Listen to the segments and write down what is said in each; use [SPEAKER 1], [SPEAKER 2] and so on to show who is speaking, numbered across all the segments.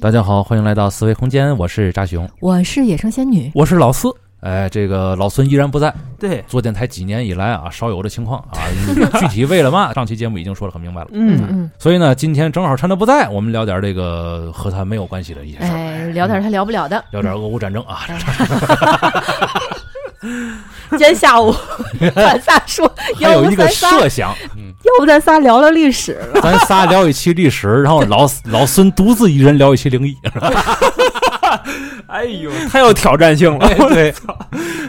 [SPEAKER 1] 大家好，欢迎来到思维空间，我是扎熊，
[SPEAKER 2] 我是野生仙女，
[SPEAKER 1] 我是老四。哎，这个老孙依然不在，
[SPEAKER 3] 对，
[SPEAKER 1] 做电台几年以来啊，少有的情况啊， 具体为了嘛，上期节目已经说的很明白了。
[SPEAKER 2] 嗯嗯，
[SPEAKER 1] 所以呢，今天正好趁他不在，我们聊点这个和他没有关系的一些事儿，
[SPEAKER 2] 哎，聊点他聊不了的。
[SPEAKER 1] 聊点俄乌战争啊。
[SPEAKER 2] 今天下 午，咱仨说，
[SPEAKER 1] 还
[SPEAKER 2] 要
[SPEAKER 1] 有
[SPEAKER 2] 不
[SPEAKER 1] 一个
[SPEAKER 2] 咱仨，
[SPEAKER 1] 设想，
[SPEAKER 2] 要不咱仨聊聊历史了。
[SPEAKER 1] 咱仨聊一期历史，然后老老孙独自一人聊一期灵异。
[SPEAKER 3] 哎呦， 太有挑战性了。
[SPEAKER 1] 哎 对，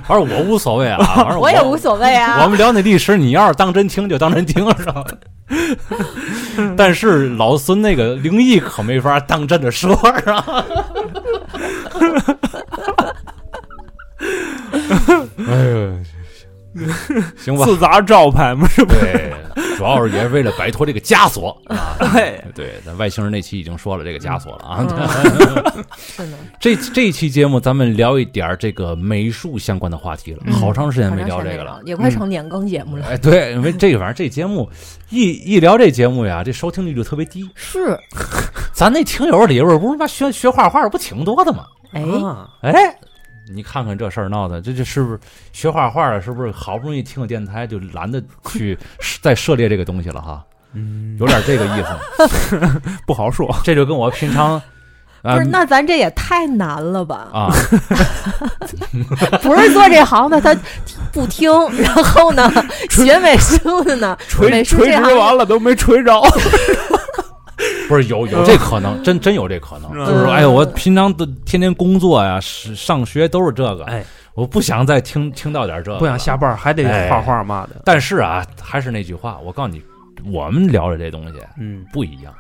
[SPEAKER 1] 反正我无所谓啊，反正
[SPEAKER 2] 也无所谓
[SPEAKER 1] 我
[SPEAKER 2] 啊。
[SPEAKER 1] 们聊那历史，你要是当真听就当真听，是吧？
[SPEAKER 2] 嗯
[SPEAKER 1] 但是老孙那个灵异可没法当真的说啊。 哎呦，行吧，
[SPEAKER 3] 自砸招牌嘛，是不是？
[SPEAKER 1] 对，主要是也是为了摆脱这个枷锁啊。
[SPEAKER 3] 哎，
[SPEAKER 1] 对，咱外星人那期已经说了这个枷锁了啊。
[SPEAKER 2] 嗯是呢
[SPEAKER 1] 这这一期节目咱们聊一点儿这个美术相关的话题了，
[SPEAKER 2] 嗯
[SPEAKER 1] 好长时间
[SPEAKER 2] 好
[SPEAKER 1] 没
[SPEAKER 2] 长
[SPEAKER 1] 聊
[SPEAKER 2] 时间
[SPEAKER 1] 这个
[SPEAKER 2] 没
[SPEAKER 1] 了。
[SPEAKER 2] 聊也快成年更节目了。
[SPEAKER 1] 哎，对，因为这个反正这节目一一聊这节目呀，这收听率就特别低。
[SPEAKER 2] 是，
[SPEAKER 1] 咱那听友里边儿不是妈学学画画的不挺多的吗？
[SPEAKER 2] 哎，
[SPEAKER 3] 啊
[SPEAKER 1] 哎，你看看这事儿闹的，这这是不是学画画的，是不是好不容易听个电台就懒得去再涉猎这个东西了哈？
[SPEAKER 3] 嗯，
[SPEAKER 1] 有点这个意思，
[SPEAKER 3] 不好说。
[SPEAKER 1] 这就跟我平常啊
[SPEAKER 2] 不是，那咱这也太难了吧？
[SPEAKER 1] 啊，
[SPEAKER 2] 不是做这行的，他不听，然后 呢，学美术的呢，
[SPEAKER 3] 垂
[SPEAKER 2] 美术
[SPEAKER 3] 垂
[SPEAKER 2] 这
[SPEAKER 3] 直
[SPEAKER 2] 行
[SPEAKER 3] 完了都没垂着，
[SPEAKER 1] 不是有有这可能，真真有这可能，
[SPEAKER 3] 嗯
[SPEAKER 1] 就是说，哎，我平常都天天工作呀，是上学都是这个，
[SPEAKER 3] 哎，
[SPEAKER 1] 我不想再听听到点这个，
[SPEAKER 3] 不想下。班还得
[SPEAKER 1] 哎
[SPEAKER 3] 画画嘛的。
[SPEAKER 1] 但是啊，还是那句话，我告诉你，我们聊的这东西
[SPEAKER 3] 嗯，
[SPEAKER 1] 不一 样。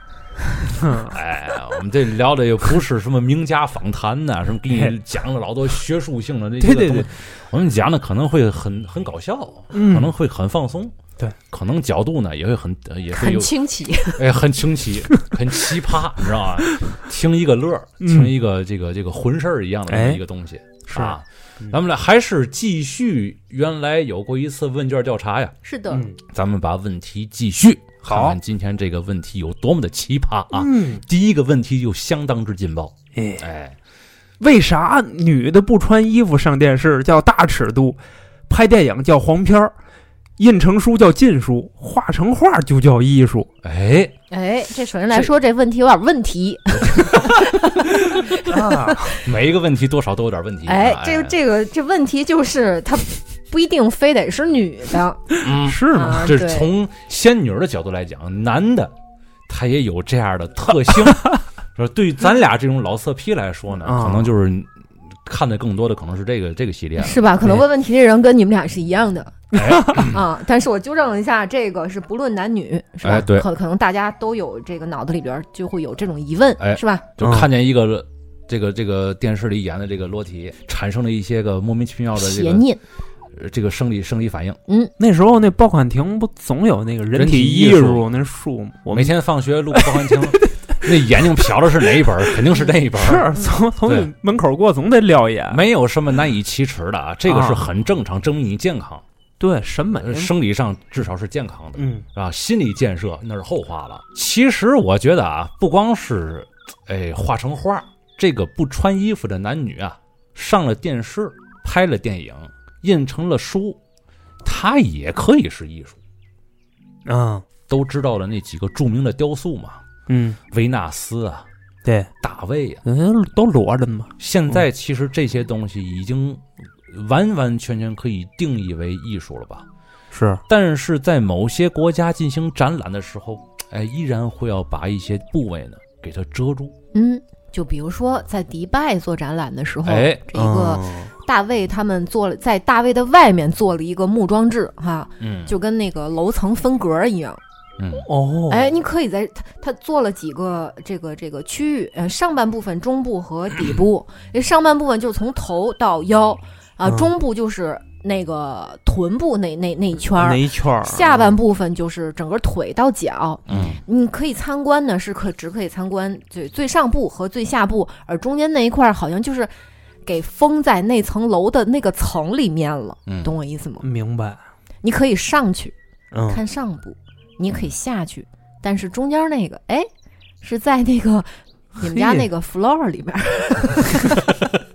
[SPEAKER 1] 哎，我们这聊的也不是什么名家访谈呐、什么给你讲了老多学术性的这些
[SPEAKER 3] 哎对对
[SPEAKER 1] 东西
[SPEAKER 3] 对，
[SPEAKER 1] 我们讲的可能会很很搞笑，
[SPEAKER 3] 嗯
[SPEAKER 1] 可能会很放松，
[SPEAKER 3] 对，
[SPEAKER 1] 可能角度呢也会很呃也会
[SPEAKER 2] 很
[SPEAKER 1] 有
[SPEAKER 2] 清奇，
[SPEAKER 1] 哎，很清 奇，很奇葩，你知道吧？听一个乐儿，
[SPEAKER 3] 嗯
[SPEAKER 1] 听一个这个这个浑事儿一样的这么
[SPEAKER 3] 哎
[SPEAKER 1] 一个东西，
[SPEAKER 3] 是
[SPEAKER 1] 啊
[SPEAKER 3] 嗯。
[SPEAKER 1] 咱们俩还是继续原来有过一次问卷调查呀，
[SPEAKER 2] 是的，
[SPEAKER 3] 嗯
[SPEAKER 1] 咱们把问题继续，
[SPEAKER 3] 好
[SPEAKER 1] 看看今天这个问题有多么的奇葩啊！
[SPEAKER 3] 嗯，
[SPEAKER 1] 第一个问题就相当之劲爆，
[SPEAKER 3] 哎，
[SPEAKER 1] 哎，
[SPEAKER 3] 为啥女的不穿衣服上电视叫大尺度，拍电影叫黄片儿，印成书叫禁书，画成画就叫艺术？
[SPEAKER 1] 哎，
[SPEAKER 2] 哎，这首先来说，这问题有点问题。
[SPEAKER 3] 啊，
[SPEAKER 1] 每一个问题多少都有点问题啊。
[SPEAKER 2] 哎，这个这个这问题就是它不一定非得是女 的，
[SPEAKER 1] 嗯，
[SPEAKER 3] 是吗？
[SPEAKER 2] 啊
[SPEAKER 1] 这
[SPEAKER 2] 对
[SPEAKER 1] 是从仙女儿的角度来讲，男的他也有这样的特 性。说对于咱俩这种老色批来说呢，
[SPEAKER 3] 啊
[SPEAKER 2] 嗯
[SPEAKER 1] 可能就是看的更多的可能是这个这个系 列了。
[SPEAKER 2] 是吧？可能问问题的人跟你们俩是一样的
[SPEAKER 1] 哎
[SPEAKER 2] 啊。但是我纠正一下，这个是不论男女，是吧？
[SPEAKER 1] 哎对
[SPEAKER 2] 可可能大家都有这个脑子里边就会有这种疑问，
[SPEAKER 1] 哎
[SPEAKER 2] 是吧？
[SPEAKER 1] 就看见一个、这个这个电视里演的这个裸体，产生了一些个莫名其妙的这
[SPEAKER 2] 邪
[SPEAKER 1] 个
[SPEAKER 2] 念，
[SPEAKER 1] 呃这个生理生理反应。
[SPEAKER 3] 那时候那报刊亭不总有那个人体艺术那书吗？
[SPEAKER 1] 我
[SPEAKER 3] 我
[SPEAKER 1] 每
[SPEAKER 3] 们
[SPEAKER 1] 天放学路过报刊 亭，那眼睛瞟的是哪一本儿？肯定是那一本儿。
[SPEAKER 3] 是啊从从
[SPEAKER 1] 对
[SPEAKER 3] 你门口过总得撩一眼，
[SPEAKER 1] 没有什么难以启齿的啊，这个是
[SPEAKER 3] 啊
[SPEAKER 1] 很正常，证明你健康，
[SPEAKER 3] 对审美，
[SPEAKER 1] 呃生理上至少是健康的。
[SPEAKER 3] 嗯
[SPEAKER 1] 啊，心理建设那是后话了。其实我觉得啊，不光是哎画成画，这个不穿衣服的男女啊，上了电视，拍了电影，印成了书，它也可以是艺术。
[SPEAKER 3] 啊
[SPEAKER 1] 都知道了那几个著名的雕塑嘛，
[SPEAKER 3] 嗯，
[SPEAKER 1] 维纳斯啊，
[SPEAKER 3] 对，
[SPEAKER 1] 大卫啊，
[SPEAKER 3] 人家都裸着呢嘛，
[SPEAKER 1] 现在其实这些东西已经完完全全可以定义为艺术了吧？
[SPEAKER 3] 是
[SPEAKER 1] 但是在某些国家进行展览的时候，哎，依然会要把一些部位呢给它遮住。
[SPEAKER 2] 嗯。就比如说，在迪拜做展览的时候，
[SPEAKER 1] 哎
[SPEAKER 2] 这
[SPEAKER 3] 嗯
[SPEAKER 2] 个大卫他们做了，在大卫的外面做了一个木装置，哈、
[SPEAKER 1] 嗯
[SPEAKER 2] 就跟那个楼层分隔一样。
[SPEAKER 1] 嗯，
[SPEAKER 3] 哦，
[SPEAKER 2] 哎，你可以在它它做了几个这个这个区域，呃，上半部分、 中部和底部。这上半部分就是从头到腰啊，
[SPEAKER 3] 嗯
[SPEAKER 2] 中部就是那个臀部那那那一圈
[SPEAKER 3] 那
[SPEAKER 2] 儿，
[SPEAKER 3] 一圈
[SPEAKER 1] 啊
[SPEAKER 3] 儿
[SPEAKER 2] 下半部分就是整个腿到脚。
[SPEAKER 1] 嗯，
[SPEAKER 2] 你可以参观的是可只可以参观最最上部和最下部，而中间那一块儿好像就是给封在那层楼的那个层里面了，
[SPEAKER 1] 嗯
[SPEAKER 2] 懂我意思吗？
[SPEAKER 3] 明白，
[SPEAKER 2] 你可以上去
[SPEAKER 3] 嗯，
[SPEAKER 2] 看上部，你也可以下去，但是中间那个哎是在那个你们家
[SPEAKER 3] 嘿
[SPEAKER 2] 那个 floor 里面儿，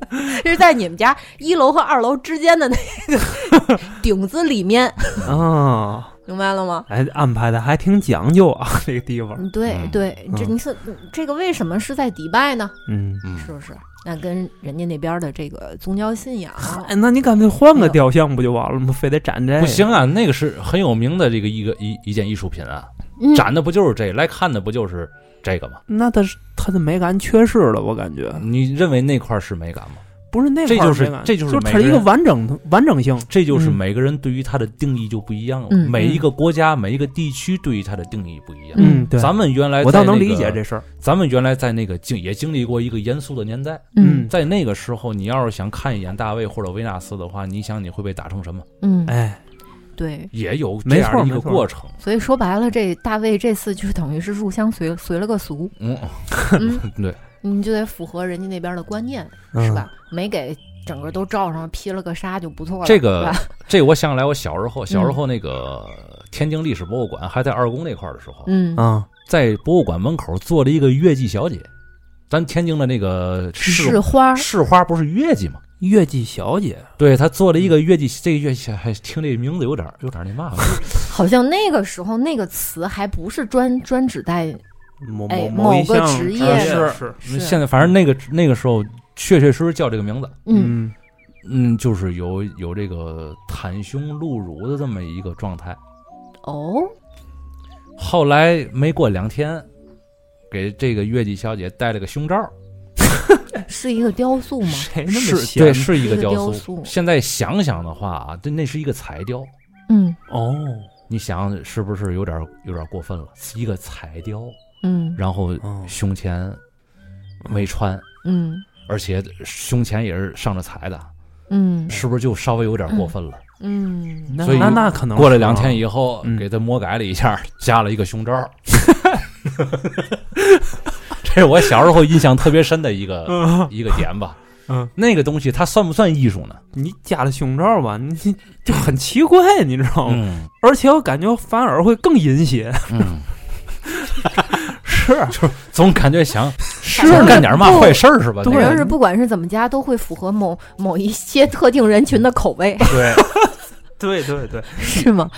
[SPEAKER 2] 是在你们家一楼和二楼之间的那个顶子里面，
[SPEAKER 3] 啊，
[SPEAKER 2] 明白了吗？
[SPEAKER 3] 哎，安排的还挺讲究啊， 这个地方，
[SPEAKER 2] 嗯，对
[SPEAKER 1] 嗯
[SPEAKER 2] 对，你这
[SPEAKER 3] 嗯
[SPEAKER 2] 你是这个为什么是在迪拜呢？
[SPEAKER 3] 嗯，
[SPEAKER 1] 嗯
[SPEAKER 2] 是不是？那跟人家那边的这个宗教信仰，啊
[SPEAKER 3] 哎，那你干脆换个雕像不就完了吗？非得展这个？
[SPEAKER 1] 不行啊，那个是很有名的这个一个一一件艺术品啊，
[SPEAKER 2] 嗯
[SPEAKER 1] 展的不就是这，来看的不就是这个吗？
[SPEAKER 3] 那他是他的美感缺失了，我感觉
[SPEAKER 2] 嗯
[SPEAKER 1] 你认为那块儿是美感吗？
[SPEAKER 3] 不是那
[SPEAKER 1] 这
[SPEAKER 3] 块儿
[SPEAKER 1] 就是
[SPEAKER 3] 美感
[SPEAKER 1] 这就是
[SPEAKER 3] 就
[SPEAKER 1] 每
[SPEAKER 3] 它
[SPEAKER 1] 个
[SPEAKER 3] 一个
[SPEAKER 1] 人
[SPEAKER 3] 完整的完整性，
[SPEAKER 1] 这就是
[SPEAKER 3] 嗯
[SPEAKER 1] 每个人对于它的定义就不一样了，
[SPEAKER 2] 嗯
[SPEAKER 1] 每一个国家、每一个地区对于它的定义不一样。
[SPEAKER 2] 嗯
[SPEAKER 3] 嗯，对，
[SPEAKER 1] 咱们原来
[SPEAKER 3] 我
[SPEAKER 1] 在
[SPEAKER 3] 倒能
[SPEAKER 1] 那个
[SPEAKER 3] 理解这，事儿，
[SPEAKER 1] 咱们原来在那个经也经历过一个严肃的年代，
[SPEAKER 2] 嗯
[SPEAKER 1] 在那个时候，你要是想看一眼大卫或者维纳斯的话，你想你会被打成什么？
[SPEAKER 2] 嗯，
[SPEAKER 3] 哎，
[SPEAKER 2] 对，
[SPEAKER 1] 也有这样
[SPEAKER 3] 没错
[SPEAKER 1] 一个
[SPEAKER 3] 没错
[SPEAKER 1] 过程。
[SPEAKER 2] 所以说白了，这大卫这次就等于是入乡随随了个俗，
[SPEAKER 1] 嗯，
[SPEAKER 2] 嗯，
[SPEAKER 1] 对，
[SPEAKER 2] 你就得符合人家那边的观念，
[SPEAKER 1] 嗯
[SPEAKER 2] 是吧？没给整个都罩上，披了个纱就不错了。
[SPEAKER 1] 这个
[SPEAKER 2] 是吧
[SPEAKER 1] 这我想起来，我小时候，小时候那个天津历史博物馆还在二宫那块儿的时候，
[SPEAKER 2] 嗯
[SPEAKER 3] 嗯？啊，
[SPEAKER 1] 在博物馆门口坐了一个月季小姐。咱天津的那个
[SPEAKER 2] 是
[SPEAKER 1] 市
[SPEAKER 2] 花儿，
[SPEAKER 1] 市花不是月季吗？
[SPEAKER 3] 月季小姐，
[SPEAKER 1] 对，她做了一个月季，这个月季还听这名字有点有点那嘛了，
[SPEAKER 2] 好像那个时候那个词还不是专专指代，
[SPEAKER 3] 某
[SPEAKER 2] 哎
[SPEAKER 3] 某某一
[SPEAKER 2] 某个
[SPEAKER 3] 项
[SPEAKER 2] 职业
[SPEAKER 1] 的
[SPEAKER 3] 是是，
[SPEAKER 2] 是
[SPEAKER 1] 现在反正那个那个时候确确实实叫这个名字，
[SPEAKER 2] 嗯，
[SPEAKER 1] 嗯，就是有有这个袒胸露乳的这么一个状态。
[SPEAKER 2] 哦，
[SPEAKER 1] 后来没过两天，给这个月季小姐戴了个胸罩，
[SPEAKER 2] 是一个雕塑吗？
[SPEAKER 3] 谁哎那么
[SPEAKER 1] 是
[SPEAKER 3] 闲啊
[SPEAKER 1] 对，是一个
[SPEAKER 2] 一个
[SPEAKER 1] 雕
[SPEAKER 2] 雕
[SPEAKER 1] 塑
[SPEAKER 2] 塑。
[SPEAKER 1] 现在想想的话啊，这那是一个彩雕，
[SPEAKER 2] 嗯
[SPEAKER 3] 哦，
[SPEAKER 1] 你想是不是有点有点过分了？是一个彩雕，
[SPEAKER 2] 嗯
[SPEAKER 1] 然后
[SPEAKER 3] 嗯
[SPEAKER 1] 胸前没穿，
[SPEAKER 2] 嗯
[SPEAKER 1] 而且胸前也是上着彩的，
[SPEAKER 2] 嗯
[SPEAKER 1] 是不是就稍微有点过分了？
[SPEAKER 2] 嗯，
[SPEAKER 3] 那
[SPEAKER 1] 所以
[SPEAKER 3] 那那可能
[SPEAKER 1] 过了两天以后，
[SPEAKER 3] 嗯
[SPEAKER 1] 给他魔改了一下，加了一个胸罩。 这是我小时候印象特别深的一个、
[SPEAKER 3] 后，
[SPEAKER 1] 一个点吧。
[SPEAKER 3] 嗯，
[SPEAKER 1] 那个东西它算不算艺术呢？
[SPEAKER 3] 你加了胸罩吧，你你就很奇怪，你知道吗？
[SPEAKER 1] 嗯
[SPEAKER 3] 而且我感觉反而会更 淫邪，
[SPEAKER 1] 嗯，
[SPEAKER 3] 是啊
[SPEAKER 1] 总感觉想是
[SPEAKER 2] 好像
[SPEAKER 1] 干点嘛
[SPEAKER 2] 不
[SPEAKER 1] 坏事儿是吧？
[SPEAKER 3] 对
[SPEAKER 1] 那个
[SPEAKER 2] 反正是不管是怎么加，都会符合某某一些特定人群的口味，
[SPEAKER 3] 对，对对对，
[SPEAKER 2] 是吗？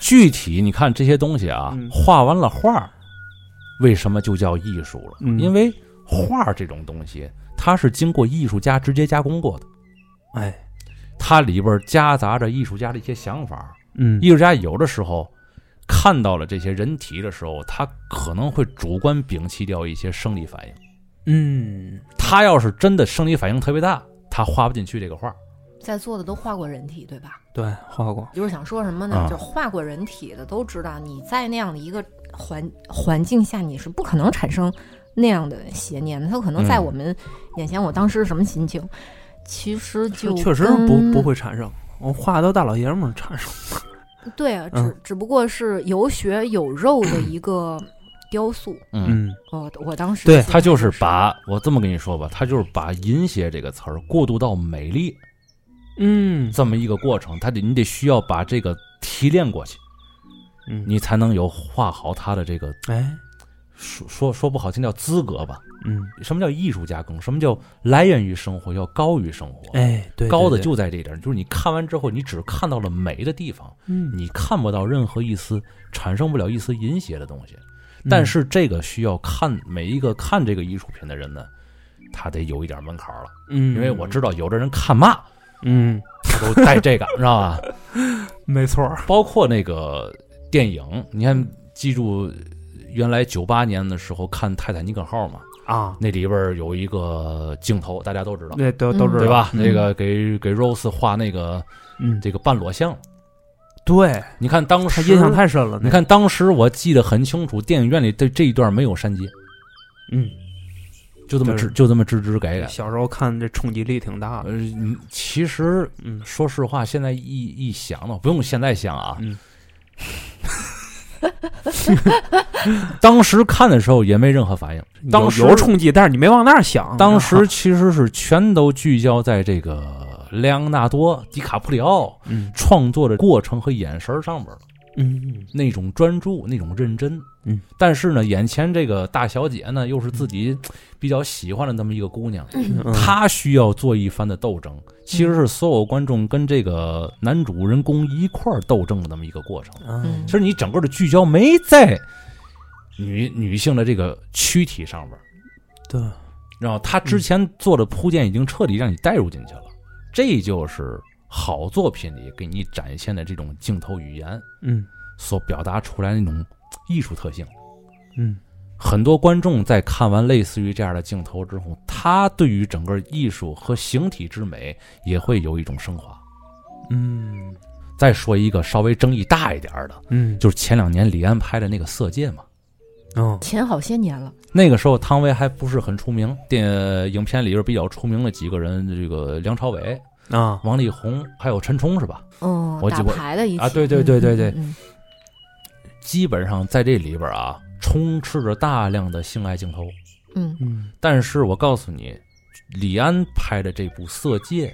[SPEAKER 1] 具体你看这些东西啊
[SPEAKER 3] 嗯，
[SPEAKER 1] 画完了画儿，为什么就叫艺术了？
[SPEAKER 3] 嗯
[SPEAKER 1] 因为画儿这种东西，它是经过艺术家直接加工过的，
[SPEAKER 3] 哎，
[SPEAKER 1] 它里边儿夹杂着艺术家的一些想法。
[SPEAKER 3] 嗯，
[SPEAKER 1] 艺术家有的时候看到了这些人体的时候，他可能会主观摒弃掉一些生理反应。
[SPEAKER 3] 嗯，
[SPEAKER 1] 他要是真的生理反应特别大，他画不进去这个画。
[SPEAKER 2] 在座的都画过人体，对吧？
[SPEAKER 3] 对，画过，
[SPEAKER 2] 就是想说什么
[SPEAKER 1] 啊
[SPEAKER 2] 呢？就是画过人体的都知道，你在那样的一个环环境下，你是不可能产生那样的邪念的。他可能在
[SPEAKER 1] 嗯
[SPEAKER 2] 我们眼前，我当时是什么心情，其实就
[SPEAKER 3] 确实
[SPEAKER 2] 跟
[SPEAKER 3] 不不会产生。我画都大老爷们儿产生，
[SPEAKER 2] 对啊，只、
[SPEAKER 3] 嗯
[SPEAKER 2] 只不过是有血有肉的一个雕塑。
[SPEAKER 1] 嗯，
[SPEAKER 3] 嗯，
[SPEAKER 2] 哦，我当时
[SPEAKER 3] 对
[SPEAKER 2] 心
[SPEAKER 1] 他就是
[SPEAKER 2] 里
[SPEAKER 1] 把我这么跟你说吧，他就是把“淫邪”这个词儿过渡到美丽
[SPEAKER 3] 嗯
[SPEAKER 1] 这么一个过程，他得你得需要把这个提炼过去，
[SPEAKER 3] 嗯，
[SPEAKER 1] 你才能有画好他的这个
[SPEAKER 3] 哎，
[SPEAKER 1] 说说说不好听叫资格吧。
[SPEAKER 3] 嗯，
[SPEAKER 1] 什么叫艺术加工？什么叫来源于生活？要高于生活。
[SPEAKER 3] 哎，对，对
[SPEAKER 1] 高的
[SPEAKER 3] 对
[SPEAKER 1] 就在这点儿，就是你看完之后，你只看到了美的地方，
[SPEAKER 3] 嗯，
[SPEAKER 1] 你看不到任何一丝，产生不了一丝淫邪的东西。
[SPEAKER 3] 嗯
[SPEAKER 1] 但是这个需要看每一个看这个艺术品的人呢，他得有一点门槛儿了，
[SPEAKER 3] 嗯，
[SPEAKER 1] 因为我知道有的人看嘛，
[SPEAKER 3] 嗯，
[SPEAKER 1] 他都带这 个，知道吧？
[SPEAKER 3] 没错儿，
[SPEAKER 1] 包括那个电影，你看，记住原来九八年的时候看《泰坦尼克号》嘛，
[SPEAKER 3] 啊，
[SPEAKER 1] 那里边儿有一个镜头，大家都知道。
[SPEAKER 3] 那都都
[SPEAKER 2] 嗯
[SPEAKER 3] 知道
[SPEAKER 1] 对吧？那
[SPEAKER 3] 嗯
[SPEAKER 1] 个给给 Rose 画那个
[SPEAKER 3] 嗯，
[SPEAKER 1] 这个半裸像，
[SPEAKER 3] 对
[SPEAKER 1] 你看当
[SPEAKER 3] 他
[SPEAKER 1] 时
[SPEAKER 3] 印象太深了。
[SPEAKER 1] 你，看当时我记得很清楚，电影院里对这一段没有删节，
[SPEAKER 3] 嗯，
[SPEAKER 1] 就这么
[SPEAKER 3] 就是
[SPEAKER 1] 制就这么制制改改。
[SPEAKER 3] 小时候看这冲击力挺大的，
[SPEAKER 1] 呃，你其实
[SPEAKER 3] 嗯，
[SPEAKER 1] 说实话，现在一一想呢，不用现在想啊，
[SPEAKER 3] 嗯
[SPEAKER 1] 当时看的时候也没任何反应。当时
[SPEAKER 3] 有有冲啊击，但是你没往那儿想。啊
[SPEAKER 1] 当时其实是全都聚焦在这个莱昂纳多·迪卡普里奥
[SPEAKER 3] 嗯
[SPEAKER 1] 创作的过程和眼神上边了，
[SPEAKER 3] 嗯
[SPEAKER 1] 那种专注，那种认真。
[SPEAKER 3] 嗯，
[SPEAKER 1] 但是呢，眼前这个大小姐呢，又是自己比较喜欢的那么一个姑娘，
[SPEAKER 3] 嗯，
[SPEAKER 1] 她需要做一番的斗争，其实是所有观众跟这个男主人公一块儿斗争的那么一个过程。
[SPEAKER 3] 嗯
[SPEAKER 1] 其实你整个的聚焦没在女女性的这个躯体上边儿，
[SPEAKER 3] 对，
[SPEAKER 1] 然后他之前做的铺垫已经彻底让你带入进去了，这就是好作品里给你展现的这种镜头语言
[SPEAKER 3] 嗯
[SPEAKER 1] 所表达出来的那种艺术特性。
[SPEAKER 3] 嗯
[SPEAKER 1] 很多观众在看完类似于这样的镜头之后，他对于整个艺术和形体之美也会有一种升华。
[SPEAKER 3] 嗯
[SPEAKER 1] 再说一个稍微争议大一点儿的，
[SPEAKER 3] 嗯，
[SPEAKER 1] 就是前两年李安拍的那个《色戒》嘛。
[SPEAKER 3] 哦
[SPEAKER 2] 前好些年了，
[SPEAKER 1] 那个时候汤唯还不是很出名，电影片里边比较出名的几个人，这个梁朝伟、
[SPEAKER 3] 啊
[SPEAKER 1] 王力宏还有陈冲是吧？
[SPEAKER 2] 嗯，
[SPEAKER 1] 我记
[SPEAKER 2] 打
[SPEAKER 1] 我
[SPEAKER 2] 牌的一起
[SPEAKER 1] 啊对对对对对
[SPEAKER 2] 嗯嗯
[SPEAKER 1] 基本上在这里边啊，充斥着大量的性爱镜头。
[SPEAKER 2] 嗯，
[SPEAKER 3] 嗯
[SPEAKER 1] 但是我告诉你，李安拍的这部《色戒》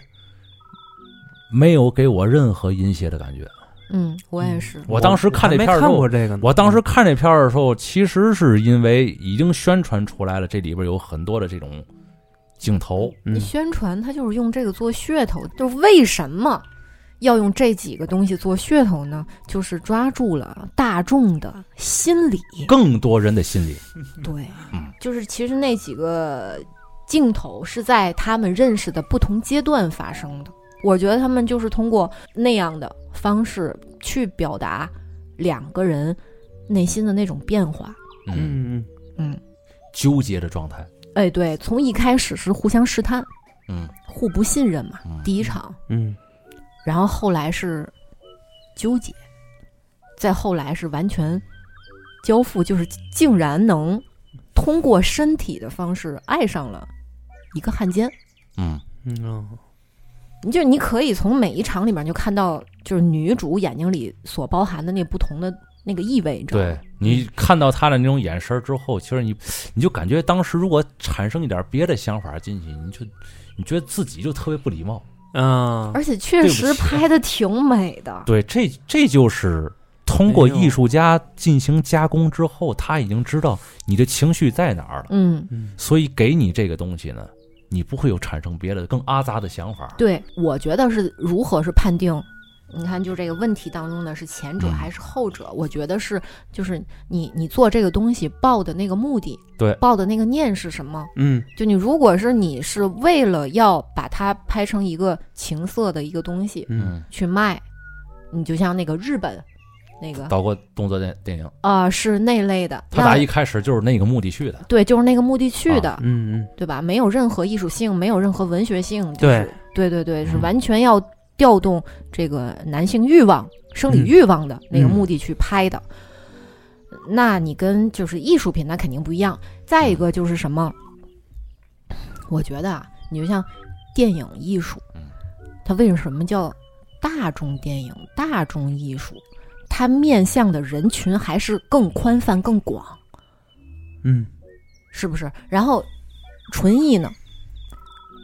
[SPEAKER 1] 没有给我任何淫邪的感觉。
[SPEAKER 2] 嗯，嗯我也是，
[SPEAKER 1] 我当时看这
[SPEAKER 3] 没
[SPEAKER 1] 片儿的
[SPEAKER 3] 看
[SPEAKER 1] 时候
[SPEAKER 3] 过，这个呢，
[SPEAKER 1] 我当时看这片儿的时候，其实是因为已经宣传出来了，这里边有很多的这种镜头。
[SPEAKER 3] 嗯
[SPEAKER 2] 你宣传他就是用这个做噱头，就是为什么要用这几个东西做噱头呢？就是抓住了大众的心理，
[SPEAKER 1] 更多人的心理，
[SPEAKER 2] 对
[SPEAKER 1] 嗯，
[SPEAKER 2] 就是其实那几个镜头是在他们认识的不同阶段发生的。我觉得他们就是通过那样的方式去表达两个人内心的那种变化。
[SPEAKER 1] 嗯，
[SPEAKER 3] 嗯嗯
[SPEAKER 2] 嗯，
[SPEAKER 1] 纠结的状态，
[SPEAKER 2] 哎，对，从一开始是互相试探，
[SPEAKER 1] 嗯，
[SPEAKER 2] 互不信任嘛，
[SPEAKER 1] 嗯
[SPEAKER 2] 第一场，
[SPEAKER 3] 嗯
[SPEAKER 2] 然后后来是纠结，再后来是完全交付，就是竟然能通过身体的方式爱上了一个汉奸。
[SPEAKER 1] 嗯，
[SPEAKER 3] 嗯哦
[SPEAKER 2] 你就是你可以从每一场里面就看到，就是女主眼睛里所包含的那不同的那个意味，你知道吗？
[SPEAKER 1] 对你看到他的那种眼神儿之后，其实你你就感觉当时如果产生一点别的想法进去，你就你觉得自己就特别不礼貌。
[SPEAKER 3] 啊，
[SPEAKER 2] 而且确实
[SPEAKER 1] 对不起
[SPEAKER 2] 拍的挺美的，
[SPEAKER 1] 对，这这就是通过艺术家进行加工之后，他已经知道你的情绪在哪儿了，
[SPEAKER 2] 嗯，
[SPEAKER 3] 嗯
[SPEAKER 1] 所以给你这个东西呢，你不会有产生别的更阿杂的想法。
[SPEAKER 2] 对，我觉得是如何是判定？你看，就这个问题当中呢，是前者
[SPEAKER 1] 嗯
[SPEAKER 2] 还是后者？我觉得是，就是你你做这个东西抱的那个目的，
[SPEAKER 1] 对
[SPEAKER 2] 抱的那个念是什么？
[SPEAKER 3] 嗯
[SPEAKER 2] 就你如果是你是为了要把它拍成一个情色的一个东西
[SPEAKER 3] 嗯
[SPEAKER 1] 嗯，
[SPEAKER 2] 去卖，你就像那个日本那个
[SPEAKER 1] 导过动作电电影，
[SPEAKER 2] 啊、是那类的，
[SPEAKER 1] 他
[SPEAKER 2] 嗯那
[SPEAKER 1] 打一开始就是那个目的去的。
[SPEAKER 2] 对，就是那个目的去
[SPEAKER 1] 啊
[SPEAKER 2] 的，
[SPEAKER 3] 嗯嗯
[SPEAKER 2] 对吧？没有任何艺术性，没有任何文学性，就是、对对对是
[SPEAKER 1] 嗯
[SPEAKER 2] 完全要调动这个男性欲望、生理
[SPEAKER 3] 嗯
[SPEAKER 2] 欲望的那个目的去拍的。那你跟就是艺术品，那肯定不一样。再一个就是什么？我觉得啊，你就像电影艺术
[SPEAKER 1] 嗯，
[SPEAKER 2] 它为什么叫大众电影、大众艺术？它面向的人群还是更宽泛、更广。
[SPEAKER 3] 嗯
[SPEAKER 2] 是不是？然后纯艺呢，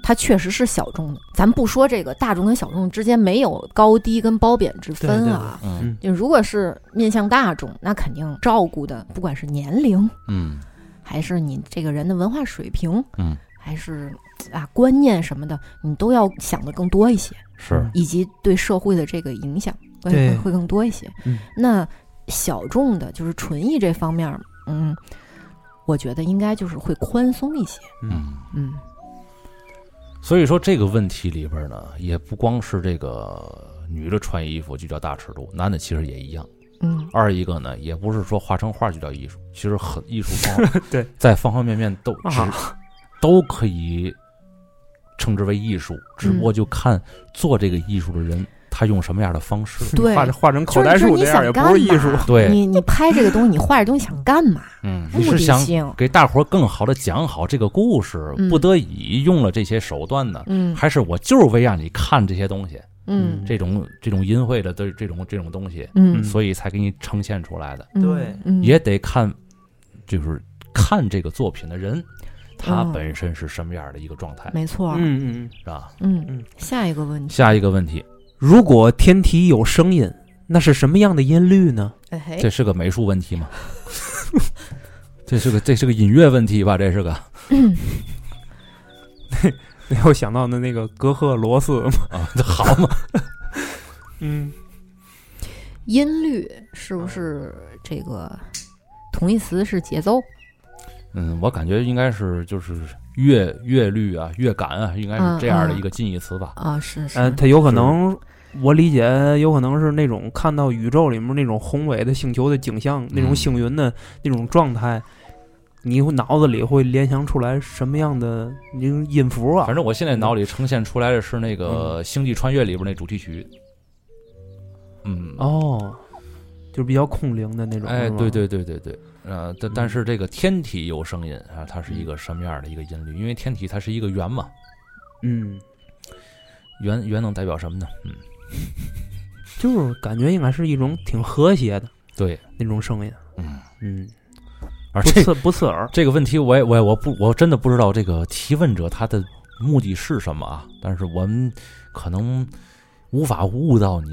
[SPEAKER 2] 它确实是小众的。咱不说这个大众跟小众之间没有高低跟褒贬之分啊。
[SPEAKER 1] 嗯
[SPEAKER 3] 嗯
[SPEAKER 2] 就如果是面向大众，那肯定照顾的不管是年龄，
[SPEAKER 1] 嗯
[SPEAKER 2] 还是你这个人的文化水平，
[SPEAKER 1] 嗯，
[SPEAKER 2] 还是啊观念什么的，你都要想的更多一些，
[SPEAKER 1] 是
[SPEAKER 2] 以及对社会的这个影响会
[SPEAKER 3] 对
[SPEAKER 2] 会会更多一些。
[SPEAKER 3] 嗯
[SPEAKER 2] 那小众的，就是纯艺这方面，嗯，我觉得应该就是会宽松一些。
[SPEAKER 1] 嗯。
[SPEAKER 2] 嗯
[SPEAKER 1] 所以说这个问题里边呢，也不光是这个女的穿衣服就叫大尺度，男的其实也一样。
[SPEAKER 2] 嗯
[SPEAKER 1] 二一个呢，也不是说画成画就叫艺术，其实很艺术 方
[SPEAKER 3] 对，
[SPEAKER 1] 在方方面面都只、
[SPEAKER 3] 啊
[SPEAKER 1] 都可以称之为艺术，只不过就看做这个艺术的人、他用什么样的方式。
[SPEAKER 2] 对
[SPEAKER 3] 画画成口
[SPEAKER 2] 就是
[SPEAKER 3] 袋
[SPEAKER 2] 就是
[SPEAKER 3] 树
[SPEAKER 2] 你
[SPEAKER 3] 这样
[SPEAKER 2] 想
[SPEAKER 3] 也
[SPEAKER 2] 干嘛？
[SPEAKER 3] 不是艺术。
[SPEAKER 1] 对
[SPEAKER 2] 你你拍这个东西，你画这东西想干 嘛？
[SPEAKER 1] 嗯，你是
[SPEAKER 2] 目的
[SPEAKER 1] 想
[SPEAKER 2] 性，
[SPEAKER 1] 给大伙儿更好的讲好这个故事，
[SPEAKER 2] 嗯
[SPEAKER 1] 不得已用了这些手段呢，
[SPEAKER 2] 嗯
[SPEAKER 1] 还是我就是为让你看这些东西，
[SPEAKER 2] 嗯
[SPEAKER 1] 这种这种淫秽的这这种这种东西，
[SPEAKER 2] 嗯
[SPEAKER 1] 所以才给你呈现出来的。
[SPEAKER 2] 嗯，
[SPEAKER 3] 对
[SPEAKER 2] 嗯，
[SPEAKER 1] 也得看，就是看这个作品的人，他
[SPEAKER 2] 嗯
[SPEAKER 1] 本身是什么样的一个状态，
[SPEAKER 2] 没错，
[SPEAKER 3] 嗯嗯，
[SPEAKER 1] 是吧？
[SPEAKER 2] 嗯
[SPEAKER 3] 嗯，
[SPEAKER 2] 下一个问题，
[SPEAKER 1] 下一个问题，
[SPEAKER 3] 如果天体有声音，那是什么样的音律呢？
[SPEAKER 2] 哎
[SPEAKER 1] 这，是个美术问题吗？ 这是个这是个音乐问题吧？这是个
[SPEAKER 3] 没有想到的那个格赫罗斯 嘛。
[SPEAKER 1] 啊，这好嘛？
[SPEAKER 3] 嗯，
[SPEAKER 2] 音律是不是这个同义词是节奏？
[SPEAKER 1] 嗯，我感觉应该是就是乐乐律啊、乐感啊，应该是这样的
[SPEAKER 2] 嗯嗯
[SPEAKER 1] 一个近义词吧。
[SPEAKER 2] 啊，是是，
[SPEAKER 3] 呃，它有可能，我理解有可能是那种看到宇宙里面那种宏伟的星球的景象，那种星云的那种状态，你会脑子里会联想出来什么样的那种音符啊
[SPEAKER 1] 反？正我现在脑里呈现出来的是那个《星际穿越》里边那主题曲。嗯，
[SPEAKER 3] 哦，就是比较空灵的那种。
[SPEAKER 1] 哎，
[SPEAKER 3] 是吧
[SPEAKER 1] 对，对对对对，呃，但但
[SPEAKER 3] 嗯
[SPEAKER 1] 是这个天体有声音啊，它是一个什么样的一个音律？因为天体它是一个圆嘛，
[SPEAKER 3] 嗯，
[SPEAKER 1] 圆圆能代表什么呢？嗯，
[SPEAKER 3] 就是感觉应该是一种挺和谐的
[SPEAKER 1] 对，
[SPEAKER 3] 那种声音。
[SPEAKER 1] 嗯，
[SPEAKER 3] 嗯，哎
[SPEAKER 1] 而
[SPEAKER 3] 不
[SPEAKER 1] 这
[SPEAKER 3] 刺不刺耳。
[SPEAKER 1] 这个问题我也我也我不我真的不知道这个提问者他的目的是什么啊，但是我们可能无法悟到你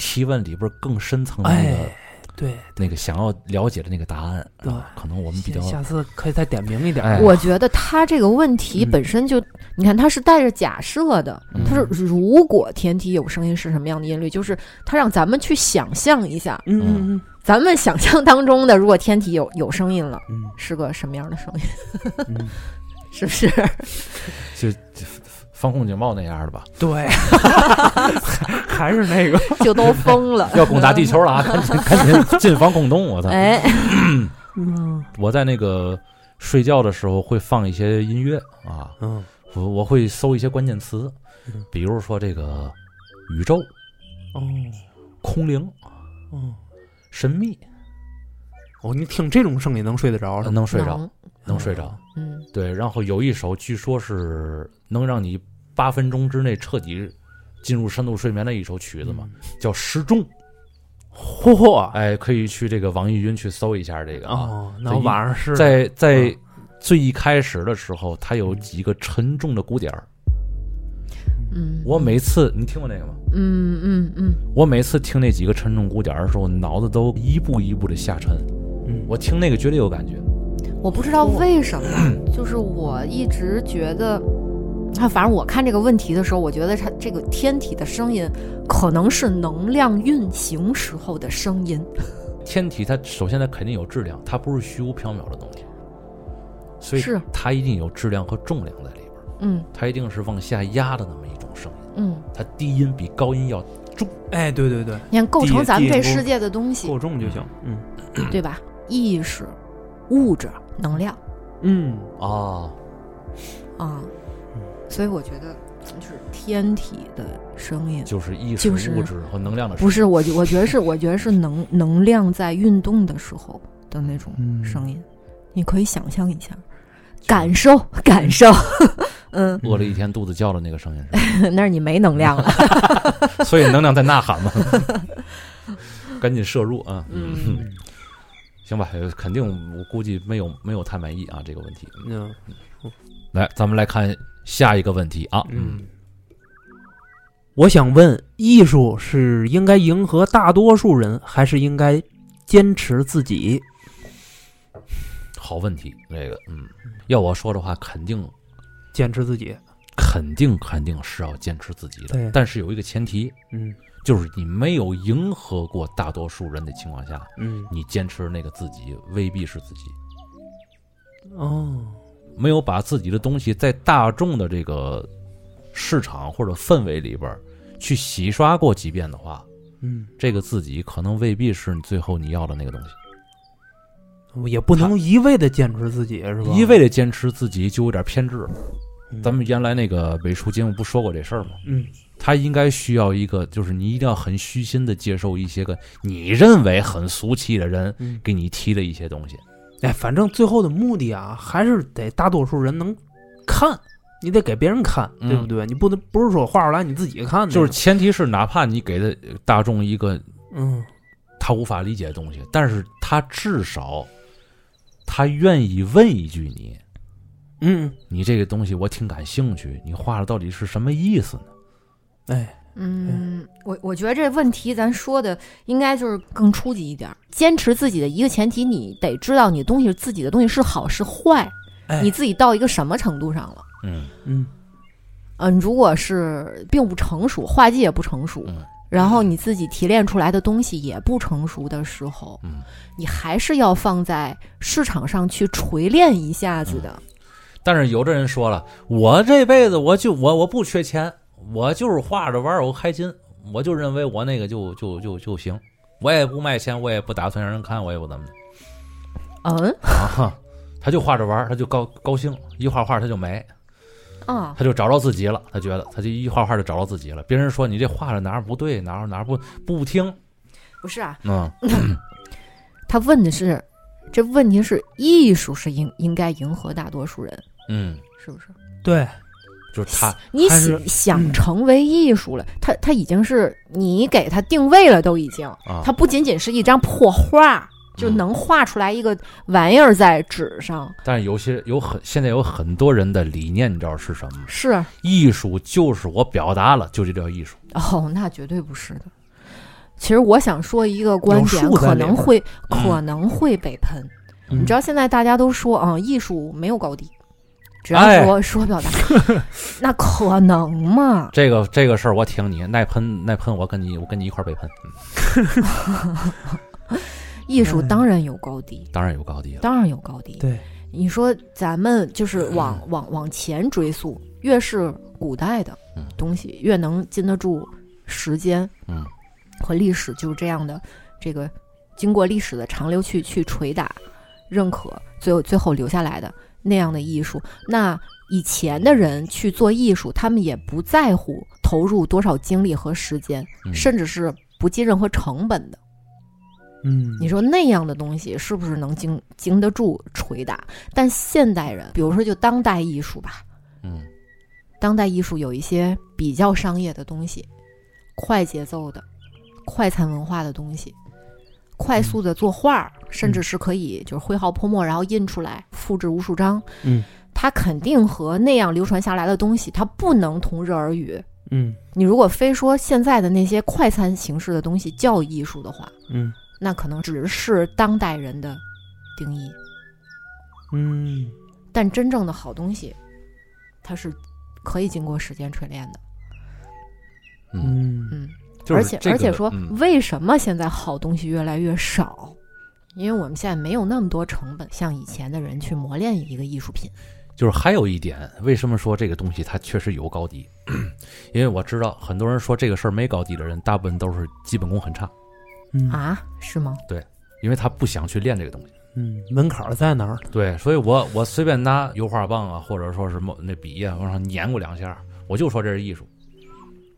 [SPEAKER 1] 提问里边更深层的那个、
[SPEAKER 3] 哎对，
[SPEAKER 1] 那个想要了解的那个答案，
[SPEAKER 3] 对
[SPEAKER 1] 啊可能我们比较
[SPEAKER 3] 下次可以再点明一点。
[SPEAKER 1] 哎
[SPEAKER 2] 我觉得他这个问题
[SPEAKER 3] 嗯
[SPEAKER 2] 本身就，你看他是带着假设的，
[SPEAKER 1] 嗯
[SPEAKER 2] 他说如果天体有声音是什么样的音律，就是他让咱们去想象一下，
[SPEAKER 3] 嗯嗯嗯
[SPEAKER 2] 咱们想象当中的，如果天体有有声音了，
[SPEAKER 3] 嗯
[SPEAKER 2] 是个什么样的声音，
[SPEAKER 3] 嗯，
[SPEAKER 2] 是不 是？
[SPEAKER 1] 就就防空警报那样的 吧，，
[SPEAKER 3] 对，还是那个，
[SPEAKER 2] 就都疯了
[SPEAKER 1] 要攻打地球了啊，赶紧赶 紧进防空洞，我操！
[SPEAKER 2] 哎，
[SPEAKER 3] 嗯
[SPEAKER 1] 我在那个睡觉的时候会放一些音乐啊，
[SPEAKER 3] 嗯
[SPEAKER 1] 我我会搜一些关键词
[SPEAKER 3] 嗯，
[SPEAKER 1] 比如说这个宇宙、
[SPEAKER 3] 哦
[SPEAKER 1] 空灵、
[SPEAKER 3] 哦
[SPEAKER 1] 神秘，
[SPEAKER 3] 哦，你听这种声音能睡得着是吗？
[SPEAKER 1] 能睡着，
[SPEAKER 2] 能，
[SPEAKER 1] 能睡着。
[SPEAKER 2] 嗯，
[SPEAKER 1] 对，然后有一首据说是能让你八分钟之内彻底进入深度睡眠的一首
[SPEAKER 3] 嗯
[SPEAKER 1] 曲子嘛，叫《时钟》。
[SPEAKER 3] 嚯！
[SPEAKER 1] 哎，可以去这个网易云去搜一下这个嗯啊。
[SPEAKER 3] 哦，那我晚上是
[SPEAKER 1] 在在最一开始的时候，它有几个沉重的鼓点儿。
[SPEAKER 2] 嗯，
[SPEAKER 1] 我每次你听过那个吗？
[SPEAKER 2] 嗯嗯嗯，
[SPEAKER 1] 我每次听那几个沉重鼓点儿的时候，脑子都一步一步的下沉。
[SPEAKER 3] 嗯
[SPEAKER 1] 我听那个绝对有感觉。
[SPEAKER 2] 我不知道为 什么，就是我一直觉得。啊，反正我看这个问题的时候，我觉得它这个天体的声音可能是能量运行时候的声音。
[SPEAKER 1] 天体它首先它肯定有质量，它不是虚无缥缈的东西，所以
[SPEAKER 2] 是
[SPEAKER 1] 它一定有质量和重量在里边儿，
[SPEAKER 2] 嗯
[SPEAKER 1] 它一定是往下压的那么一种声音，
[SPEAKER 2] 嗯，
[SPEAKER 1] 它低音比高音要
[SPEAKER 3] 哎，对对对，
[SPEAKER 2] 你看构成
[SPEAKER 3] 地
[SPEAKER 2] 咱们这
[SPEAKER 3] 地
[SPEAKER 2] 世界的东西，
[SPEAKER 3] 够重就行。嗯
[SPEAKER 2] 对吧？意识、物质、能量
[SPEAKER 3] 嗯，
[SPEAKER 2] 哦
[SPEAKER 1] 啊，
[SPEAKER 2] 啊
[SPEAKER 3] 嗯，
[SPEAKER 2] 所以我觉得就是天体的声音，
[SPEAKER 1] 啊就是意识、
[SPEAKER 2] 就是
[SPEAKER 1] 物质和能量的
[SPEAKER 2] 不是我觉，我觉得是，我觉得是能能量在运动的时候的那种
[SPEAKER 3] 嗯
[SPEAKER 2] 声音，你可以想象一下，感受感受， 嗯，
[SPEAKER 1] 饿了一天肚子叫的那个声音是吧
[SPEAKER 2] 那是你没能量 了，
[SPEAKER 1] 所以能量在呐喊 嘛，赶紧摄入啊！
[SPEAKER 2] 嗯，
[SPEAKER 1] 行吧，呃肯定我估计没有没有太满意啊这个问题。
[SPEAKER 3] 嗯
[SPEAKER 1] 来，咱们来看下一个问题啊，
[SPEAKER 3] 嗯，我想问，艺术是应该迎合大多数人，还是应该坚持自己？
[SPEAKER 1] 好问题，这个嗯，要我说的话，肯定
[SPEAKER 3] 坚持自己。
[SPEAKER 1] 肯定肯定是要坚持自己的
[SPEAKER 3] 对，
[SPEAKER 1] 但是有一个前提，
[SPEAKER 3] 嗯
[SPEAKER 1] 就是你没有迎合过大多数人的情况下，
[SPEAKER 3] 嗯
[SPEAKER 1] 你坚持那个自己未必是自己，
[SPEAKER 3] 哦
[SPEAKER 1] 没有把自己的东西在大众的这个市场或者氛围里边儿去洗刷过几遍的话，
[SPEAKER 3] 嗯，
[SPEAKER 1] 这个自己可能未必是你最后你要的那个东西。
[SPEAKER 3] 也不能一味的坚持自己，是吧？
[SPEAKER 1] 一味的坚持自己就有点偏执了，
[SPEAKER 3] 嗯
[SPEAKER 1] 咱们原来那个美术节目不说过这事儿吗？
[SPEAKER 3] 嗯
[SPEAKER 1] 他应该需要一个，就是你一定要很虚心的接受一些个你认为很俗气的人
[SPEAKER 3] 嗯，
[SPEAKER 1] 给你提的一些东西。
[SPEAKER 3] 哎，反正最后的目的啊，还是得大多数人能看，你得给别人看，
[SPEAKER 1] 嗯
[SPEAKER 3] 对不对？你不能不是说画出来你自己看的，
[SPEAKER 1] 就是前提是，哪怕你给的大众一个
[SPEAKER 3] 嗯
[SPEAKER 1] 他无法理解的东西，但是他至少他愿意问一句你，
[SPEAKER 3] 嗯，
[SPEAKER 1] 你这个东西我挺感兴趣，你画的到底是什么意思呢？
[SPEAKER 3] 哎，
[SPEAKER 2] 嗯，我我觉得这问题咱说的应该就是更初级一点儿，坚持自己的一个前提，你得知道你东西自己的东西是好是坏，
[SPEAKER 3] 哎
[SPEAKER 2] 你自己到一个什么程度上了。
[SPEAKER 1] 嗯，
[SPEAKER 3] 嗯
[SPEAKER 2] 嗯，如果是并不成熟，画技也不成熟，
[SPEAKER 1] 嗯
[SPEAKER 2] 然后你自己提炼出来的东西也不成熟的时候，
[SPEAKER 1] 嗯
[SPEAKER 2] 你还是要放在市场上去锤炼一下子的。
[SPEAKER 1] 但是有的人说了，我这辈子我就我我不缺钱，我就是画着玩儿，我开心，我就认为我那个就就就就行，我也不卖钱，我也不打算让人看，我也不怎么的
[SPEAKER 2] 嗯
[SPEAKER 1] 啊。他就画着玩儿，他就高高兴，一画画他就没，
[SPEAKER 2] 啊，
[SPEAKER 1] 他就找到自己了。他觉得他就一画画就找到自己了。别人说你这画的哪儿不对，哪儿哪儿不不听，
[SPEAKER 2] 不是啊，
[SPEAKER 1] 嗯
[SPEAKER 2] 他问的是，这问题是艺术是应应该迎合大多数人，
[SPEAKER 1] 嗯，
[SPEAKER 2] 是不是？
[SPEAKER 3] 对，
[SPEAKER 1] 就是嗯他
[SPEAKER 2] 你
[SPEAKER 3] 还
[SPEAKER 2] 喜
[SPEAKER 3] 是
[SPEAKER 2] 想成为艺术了，他他已经是你给他定位了，都已经，
[SPEAKER 1] 啊
[SPEAKER 2] 他，不仅仅是一张破画，就
[SPEAKER 1] 嗯
[SPEAKER 2] 能画出来一个玩意儿在纸上，
[SPEAKER 1] 但是有些有很现在有很多人的理念，你知道是什么吗？
[SPEAKER 2] 是啊
[SPEAKER 1] 艺术就是我表达了，就这叫艺术。
[SPEAKER 2] 哦，那绝对不是的。其实我想说一个观
[SPEAKER 3] 有
[SPEAKER 2] 点，
[SPEAKER 3] 数在
[SPEAKER 2] 可
[SPEAKER 3] 里
[SPEAKER 2] 能
[SPEAKER 3] 边
[SPEAKER 2] 会
[SPEAKER 1] 嗯
[SPEAKER 2] 可能会被喷。
[SPEAKER 3] 嗯
[SPEAKER 2] 你知道现在大家都说啊、艺术没有高低，只要
[SPEAKER 1] 哎
[SPEAKER 2] 说、说表 达，那可能吗？
[SPEAKER 1] 这个这个事儿我挺你，耐喷耐喷，我跟你我跟你一块儿被喷，嗯
[SPEAKER 2] 艺术
[SPEAKER 3] 嗯
[SPEAKER 2] 当然有高低，
[SPEAKER 1] 当然有高低了。
[SPEAKER 2] 当然有高低。
[SPEAKER 3] 对，
[SPEAKER 2] 你说咱们就是
[SPEAKER 1] 嗯
[SPEAKER 2] 往往往前追溯，越是古代的
[SPEAKER 1] 嗯
[SPEAKER 2] 东西，越能经得住时间
[SPEAKER 1] 嗯
[SPEAKER 2] 和历史，就是这样的这个经过历史的长流去去捶打、认可，最后最后留下来的那样的艺术。那以前的人去做艺术，他们也不在乎投入多少精力和时间，
[SPEAKER 1] 嗯，
[SPEAKER 2] 甚至是不计任何成本的。
[SPEAKER 3] 嗯，
[SPEAKER 2] 你说那样的东西是不是能经经得住捶打？但现代人，比如说就当代艺术吧，
[SPEAKER 1] 嗯
[SPEAKER 2] 当代艺术有一些比较商业的东西，快节奏的、快餐文化的东西，快速的作画儿，甚至是可以就是挥毫泼墨，然后印出来，复制无数张。
[SPEAKER 3] 嗯
[SPEAKER 2] 它肯定和那样流传下来的东西，它不能同日而语。
[SPEAKER 3] 嗯
[SPEAKER 2] 你如果非说现在的那些快餐形式的东西叫艺术的话，
[SPEAKER 3] 嗯
[SPEAKER 2] 那可能只是当代人的定义。
[SPEAKER 3] 嗯，
[SPEAKER 2] 但真正的好东西，它是可以经过时间锤炼的。
[SPEAKER 1] 嗯，
[SPEAKER 3] 嗯
[SPEAKER 2] 嗯，
[SPEAKER 1] 就是
[SPEAKER 2] 而且、
[SPEAKER 1] 这个
[SPEAKER 2] 而且说、
[SPEAKER 1] 嗯
[SPEAKER 2] 为什么现在好东西越来越少？因为我们现在没有那么多成本，像以前的人去磨练一个艺术品。
[SPEAKER 1] 就是还有一点，为什么说这个东西它确实有高低？ 因为我知道很多人说这个事儿没高低的人，大部分都是基本功很差，
[SPEAKER 3] 嗯
[SPEAKER 2] 啊？是吗？
[SPEAKER 1] 因为他不想去练这个东西。
[SPEAKER 3] 嗯，门槛儿在哪儿？
[SPEAKER 1] 对，所以我我随便拿油画棒啊，或者说是某那笔呀、往上碾过两下，我就说这是艺术，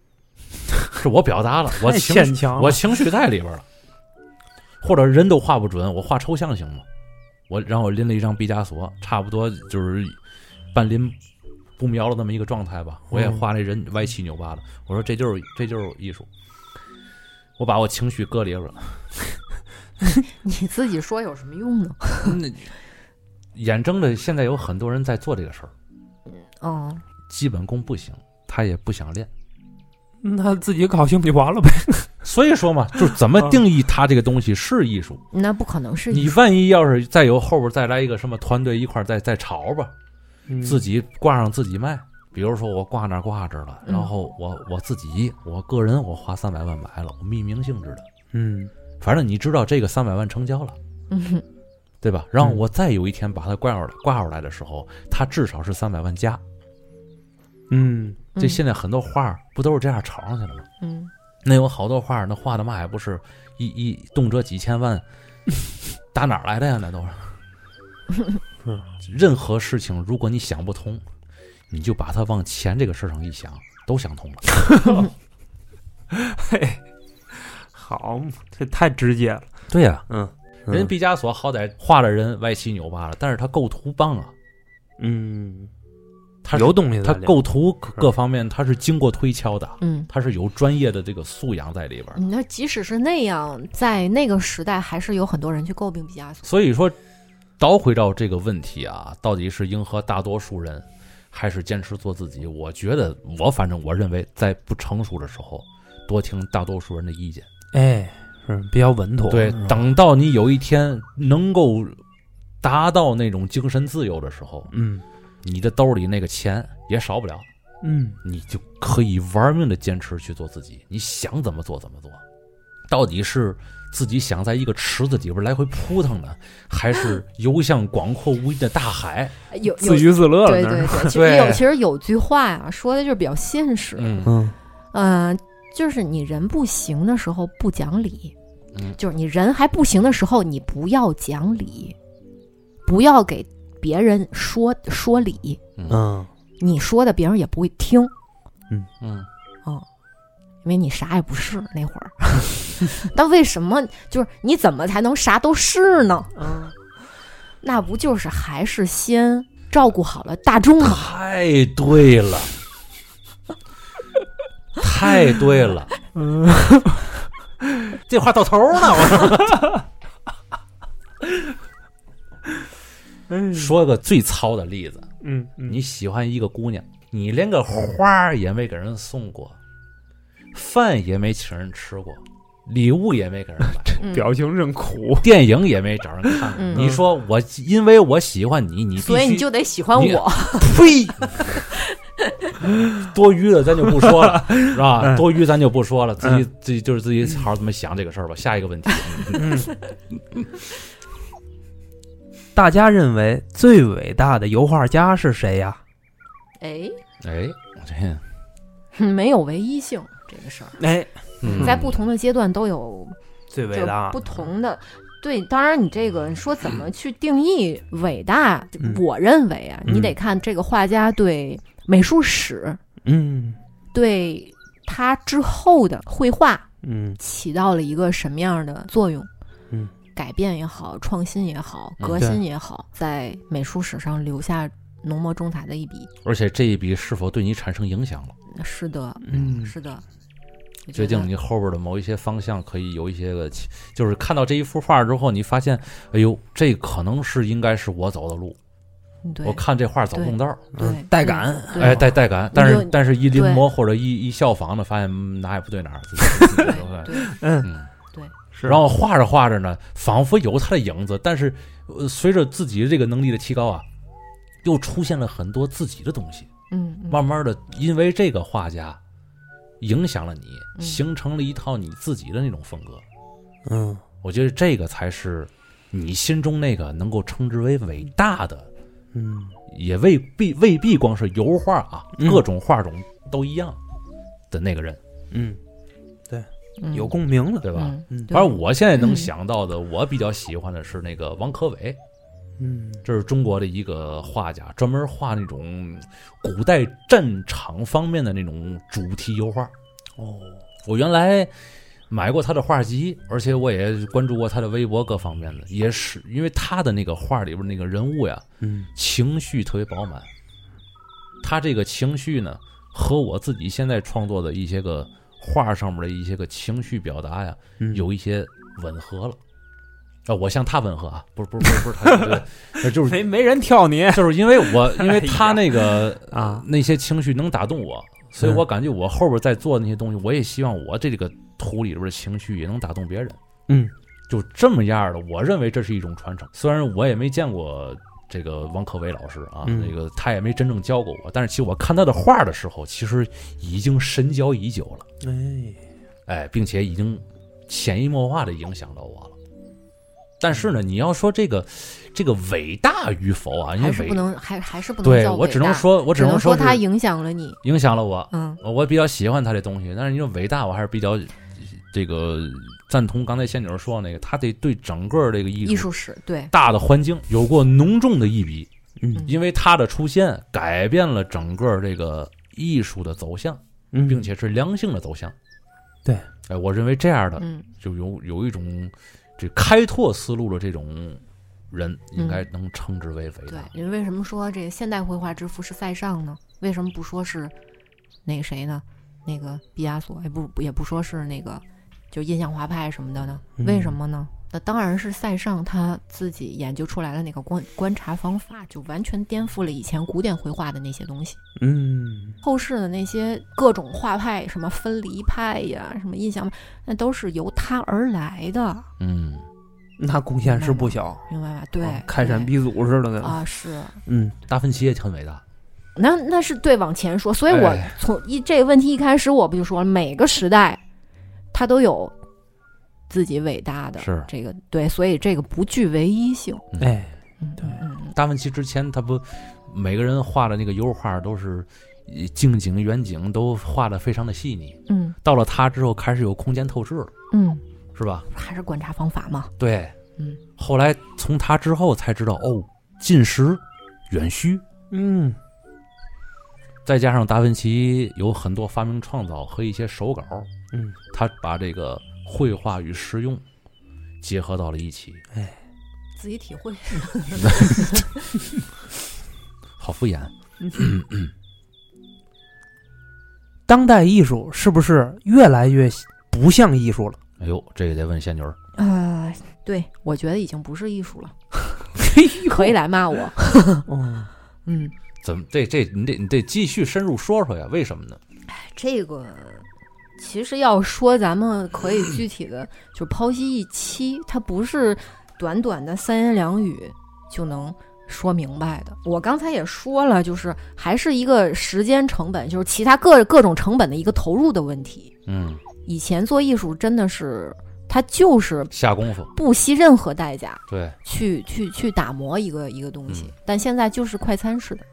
[SPEAKER 1] 是我表达了，我
[SPEAKER 3] 太
[SPEAKER 1] 情绪
[SPEAKER 3] 牵强了，
[SPEAKER 1] 我情绪在里边了，或者人都画不准，我画抽象行吗？我然后我拎了一张毕加索，差不多就是半拎不描了那么一个状态
[SPEAKER 3] 嗯
[SPEAKER 1] 吧。我也画那人歪七扭八的，我说这就是这就是艺术。我把我情绪搁里边了，
[SPEAKER 2] 你自己说有什么用呢？
[SPEAKER 1] 那 眼睁着现在有很多人在做这个事儿，
[SPEAKER 2] 哦，
[SPEAKER 1] 基本功不行，他也不想练。
[SPEAKER 3] 那自己高兴就完了呗。
[SPEAKER 1] 所以说嘛，就是怎么定义它这个东西是艺术？
[SPEAKER 2] 那不可能是
[SPEAKER 1] 你万一要是再有后边再来一个什么团队一块儿再再吵吧，自
[SPEAKER 3] 己
[SPEAKER 1] 己挂上自己卖。比如说我挂那儿挂着了，
[SPEAKER 2] 嗯
[SPEAKER 1] 然后我我自己我个人我花三百万买了，我匿名性质的，
[SPEAKER 3] 嗯
[SPEAKER 1] 反正你知道这个三百万成交了，
[SPEAKER 2] 嗯哼
[SPEAKER 1] 对吧？然后
[SPEAKER 3] 嗯
[SPEAKER 1] 我再有一天把它挂出来挂出来的时候，它至少是三百万加。
[SPEAKER 3] 嗯
[SPEAKER 1] 这现在很多画儿不都是这样炒上去了吗？
[SPEAKER 2] 嗯
[SPEAKER 1] 那有好多画儿那画的嘛也不是一一动辄几千万，打哪儿来的呀？那都是。任何事情，如果你想不通，你就把它往钱这个事儿上一想，都想通了。
[SPEAKER 3] 好嘛，这太直接了。
[SPEAKER 1] 对呀、
[SPEAKER 3] 嗯，嗯
[SPEAKER 1] 人毕加索好歹画了人歪七扭八了，但是他构图棒啊，
[SPEAKER 3] 嗯，
[SPEAKER 1] 他是
[SPEAKER 3] 有东西在
[SPEAKER 1] 他
[SPEAKER 3] 里面，
[SPEAKER 1] 构图各各方面他是经过推敲的，
[SPEAKER 2] 嗯，
[SPEAKER 1] 他是有专业的这个素养在里边儿。
[SPEAKER 2] 你那即使是那样，在那个时代，还是有很多人去诟病毕加索。
[SPEAKER 1] 所以说，倒回到这个问题啊，到底是迎合大多数人，还是坚持做自己？我觉得我反正我认为，在不成熟的时候，多听大多数人的意见。
[SPEAKER 3] 哎，是比较稳妥。嗯
[SPEAKER 1] 对
[SPEAKER 3] 是吧，
[SPEAKER 1] 等到你有一天能够达到那种精神自由的时候，
[SPEAKER 3] 嗯
[SPEAKER 1] 你的兜里那个钱也少不了。
[SPEAKER 3] 嗯
[SPEAKER 1] 你就可以玩命的坚持去做自己，你想怎么做怎么做。到底是自己想在一个池子里边来回扑腾呢，还是游向广阔无垠的大海？
[SPEAKER 2] 有有
[SPEAKER 3] 自娱自乐了
[SPEAKER 2] 对
[SPEAKER 3] 那
[SPEAKER 2] 对对，
[SPEAKER 3] 是。
[SPEAKER 2] 其实
[SPEAKER 1] 对
[SPEAKER 2] 有其实有句话呀、说的就是比较现实，
[SPEAKER 1] 嗯
[SPEAKER 3] 嗯
[SPEAKER 2] 嗯、就是你人不行的时候不讲理，
[SPEAKER 1] 嗯
[SPEAKER 2] 就是你人还不行的时候，你不要讲理，不要给别人说说理，
[SPEAKER 3] 嗯
[SPEAKER 2] 你说的别人也不会听，
[SPEAKER 1] 嗯，
[SPEAKER 2] 因为你啥也不是那会 儿。但为什么就是你怎么才能啥都是呢？
[SPEAKER 3] 嗯，
[SPEAKER 2] 那不就是还是先照顾好了大众吗？
[SPEAKER 1] 太对了，太对了，这话到头呢。我
[SPEAKER 3] 嗯
[SPEAKER 1] 说个最糙的例子，
[SPEAKER 3] 嗯，嗯
[SPEAKER 1] 你喜欢一个姑娘，你连个花儿也没给人送过，饭也没请人吃过，礼物也没给人买，
[SPEAKER 2] 嗯
[SPEAKER 3] 表情真苦。
[SPEAKER 1] 电影也没找人看过。
[SPEAKER 2] 嗯
[SPEAKER 1] 你说我因为我喜欢你，你必须
[SPEAKER 2] 所以你就得喜欢
[SPEAKER 1] 你
[SPEAKER 2] 我。
[SPEAKER 1] 呸！多余的咱就不说 了，是吧？
[SPEAKER 3] 嗯
[SPEAKER 1] 多余咱就不说了，自己自己就是自己好好怎么想这个事儿吧。下一个问题，
[SPEAKER 3] 嗯， 大家认为最伟大的油画家是谁呀？
[SPEAKER 2] 哎，
[SPEAKER 1] 哎，这
[SPEAKER 2] 没有唯一性这个事儿，
[SPEAKER 3] 哎，
[SPEAKER 1] 嗯
[SPEAKER 2] 在不同的阶段都有
[SPEAKER 3] 最
[SPEAKER 2] 就
[SPEAKER 3] 伟大
[SPEAKER 2] 不同的。对，当然你这个说怎么去定义伟大，
[SPEAKER 3] 嗯
[SPEAKER 2] 我认为啊，你得
[SPEAKER 3] 嗯
[SPEAKER 2] 看这个画家对美术史、
[SPEAKER 3] 嗯
[SPEAKER 2] 对他之后的绘画
[SPEAKER 3] 嗯
[SPEAKER 2] 起到了一个什么样的作用。
[SPEAKER 3] 嗯，
[SPEAKER 2] 改变也好，创新也好，
[SPEAKER 1] 嗯
[SPEAKER 2] 革
[SPEAKER 3] 对
[SPEAKER 2] 新也好，在美术史上留下浓墨重彩的一笔。
[SPEAKER 1] 而且这一笔是否对你产生影响了，
[SPEAKER 2] 是的，
[SPEAKER 3] 嗯
[SPEAKER 2] 是的，我觉
[SPEAKER 1] 决
[SPEAKER 2] 得
[SPEAKER 1] 定你后边的某一些方向可以有一些个起，就是看到这一幅画之后，你发现，哎呦，这可能是应该是我走的路，
[SPEAKER 2] 嗯对
[SPEAKER 1] 我看这画走正道儿，
[SPEAKER 2] 对
[SPEAKER 3] 嗯带感
[SPEAKER 2] 对
[SPEAKER 1] 哎，带带感，但是
[SPEAKER 2] 你就
[SPEAKER 1] 但是一临摹或者一一效仿的，发现嗯哪也不对哪儿，自己自 己就会
[SPEAKER 2] 对
[SPEAKER 3] 嗯，
[SPEAKER 1] 嗯。
[SPEAKER 3] 是
[SPEAKER 1] 然后画着画着呢，仿佛有他的影子，但是、呃、随着自己这个能力的提高啊，又出现了很多自己的东西。
[SPEAKER 2] 嗯，嗯
[SPEAKER 1] 慢慢的，因为这个画家影响了你，
[SPEAKER 2] 嗯
[SPEAKER 1] 形成了一套你自己的那种风格。
[SPEAKER 3] 嗯
[SPEAKER 1] 我觉得这个才是你心中那个能够称之为伟大的，
[SPEAKER 3] 嗯
[SPEAKER 1] 也未必未必光是油画啊，
[SPEAKER 3] 嗯
[SPEAKER 1] 各种画种都一样的那个人，
[SPEAKER 3] 嗯，
[SPEAKER 2] 嗯
[SPEAKER 3] 有共鸣了，
[SPEAKER 1] 对吧？
[SPEAKER 2] 嗯
[SPEAKER 3] 嗯
[SPEAKER 2] 对
[SPEAKER 1] 反正我现在能想到的，我比较喜欢的是那个王可伟，
[SPEAKER 3] 嗯
[SPEAKER 1] 这是中国的一个画家，专门画那种古代战场方面的那种主题油画。
[SPEAKER 3] 哦，
[SPEAKER 1] 我原来买过他的画集，而且我也关注过他的微博各方面的，也是因为他的那个画里边那个人物呀，
[SPEAKER 3] 嗯
[SPEAKER 1] 情绪特别饱满。他这个情绪呢，和我自己现在创作的一些个画上面的一些个情绪表达呀，
[SPEAKER 3] 嗯
[SPEAKER 1] 有一些吻合了。啊，我向他吻合啊，不是不是不是不是他，对 那就是
[SPEAKER 3] 没没人挑你，
[SPEAKER 1] 就是因为我，因为他那个
[SPEAKER 3] 哎呀啊
[SPEAKER 1] 那些情绪能打动我，所
[SPEAKER 2] 嗯
[SPEAKER 1] 以我感觉我后边在做那些东西，我也希望我这个图里边的情绪也能打动别人。
[SPEAKER 3] 嗯，
[SPEAKER 1] 就这么样的，我认为这是一种传承。虽然我也没见过这个王可伟老师啊，
[SPEAKER 3] 嗯
[SPEAKER 1] 那个他也没真正教过我，但是其实我看他的画的时候，其实已经神交已久了，
[SPEAKER 3] 哎，
[SPEAKER 1] 哎，并且已经潜移默化的影响到我了。但是
[SPEAKER 2] 嗯
[SPEAKER 1] 呢，你要说这个这个伟大与否啊，因为
[SPEAKER 2] 还是
[SPEAKER 1] 伟
[SPEAKER 2] 不能，还还是不能
[SPEAKER 1] 对
[SPEAKER 2] 叫
[SPEAKER 1] 我
[SPEAKER 2] 伟
[SPEAKER 1] 只能
[SPEAKER 2] 大，
[SPEAKER 1] 说，我
[SPEAKER 2] 只
[SPEAKER 1] 能
[SPEAKER 2] 说
[SPEAKER 1] 是
[SPEAKER 2] 它影响了你。
[SPEAKER 1] 影响了我，
[SPEAKER 2] 嗯
[SPEAKER 1] 我比较喜欢他这东西。但是你说伟大，我还是比较这个赞同刚才仙女说的那个，他得对整个这个艺
[SPEAKER 2] 艺术史对，
[SPEAKER 1] 大的环境有过浓重的一笔。
[SPEAKER 3] 嗯
[SPEAKER 1] 因为他的出现改变了整个这个艺术的走向，
[SPEAKER 3] 嗯，
[SPEAKER 1] 并且是良性的走向。
[SPEAKER 3] 对，
[SPEAKER 1] 哎，我认为这样的
[SPEAKER 2] 嗯
[SPEAKER 1] 就有有一种这开拓思路的这种人，应该能称之为伟
[SPEAKER 2] 嗯对
[SPEAKER 1] 大。，
[SPEAKER 2] 你为什么说这个现代绘画之父是塞尚呢？为什么不说是那个谁呢？那个毕加索，也不也不说是那个就印象画派什么的呢？
[SPEAKER 3] 嗯
[SPEAKER 2] 为什么呢？那当然是塞尚他自己研究出来的那个观观察方法，就完全颠覆了以前古典绘画的那些东西。
[SPEAKER 3] 嗯
[SPEAKER 2] 后世的那些各种画派，什么分离派呀，什么印象派，那都是由他而来的，
[SPEAKER 1] 嗯，
[SPEAKER 3] 那贡献是不小，
[SPEAKER 2] 明白吧？对，
[SPEAKER 3] 啊开山
[SPEAKER 2] 对
[SPEAKER 3] 鼻祖似的，
[SPEAKER 2] 啊，是
[SPEAKER 3] 嗯
[SPEAKER 1] 达芬奇也很伟大。
[SPEAKER 2] 那那是对往前说，所以我
[SPEAKER 1] 哎
[SPEAKER 2] 从一这个问题一开始我不就说了，每个时代它都有自己伟大的
[SPEAKER 1] 是
[SPEAKER 2] 这个对，所以这个不具唯一性。
[SPEAKER 1] 嗯
[SPEAKER 3] 哎，
[SPEAKER 2] 嗯，
[SPEAKER 3] 对
[SPEAKER 2] 嗯嗯
[SPEAKER 1] 达芬奇之前他不每个人画的那个油画都是呃近景、远景都画的非常的细腻。
[SPEAKER 2] 嗯
[SPEAKER 1] 到了他之后，开始有空间透视了，
[SPEAKER 2] 嗯，
[SPEAKER 1] 是吧？
[SPEAKER 2] 还是观察方法嘛。
[SPEAKER 1] 对，
[SPEAKER 2] 嗯。
[SPEAKER 1] 后来从他之后才知道，哦，近实、远虚，
[SPEAKER 3] 嗯
[SPEAKER 1] 再加上达芬奇有很多发明创造和一些手稿，
[SPEAKER 3] 嗯，
[SPEAKER 1] 他把这个绘画与实用结合到了一起，
[SPEAKER 2] 自己体会，
[SPEAKER 1] 好敷衍。
[SPEAKER 3] 当代艺术是不是越来越不像艺术了？
[SPEAKER 1] 哎呦，这个得问仙女儿。
[SPEAKER 2] 呃，对，我觉得已经不是艺术了，可以来骂我。
[SPEAKER 3] 嗯
[SPEAKER 2] 嗯，
[SPEAKER 1] 怎么？这这你得你得继续深入说说呀？为什么呢？
[SPEAKER 2] 这个其实要说，咱们可以具体的就剖析一期，它不是短短的三言两语就能说明白的。我刚才也说了，就是还是一个时间成本，就是其他各各种成本的一个投入的问题。
[SPEAKER 1] 嗯，
[SPEAKER 2] 以前做艺术真的是，它就是
[SPEAKER 1] 下功夫。
[SPEAKER 2] 不惜任何代价
[SPEAKER 1] 对，
[SPEAKER 2] 去去去打磨一个一个东西，
[SPEAKER 1] 嗯
[SPEAKER 2] 但现在就是快餐式的。
[SPEAKER 3] 嗯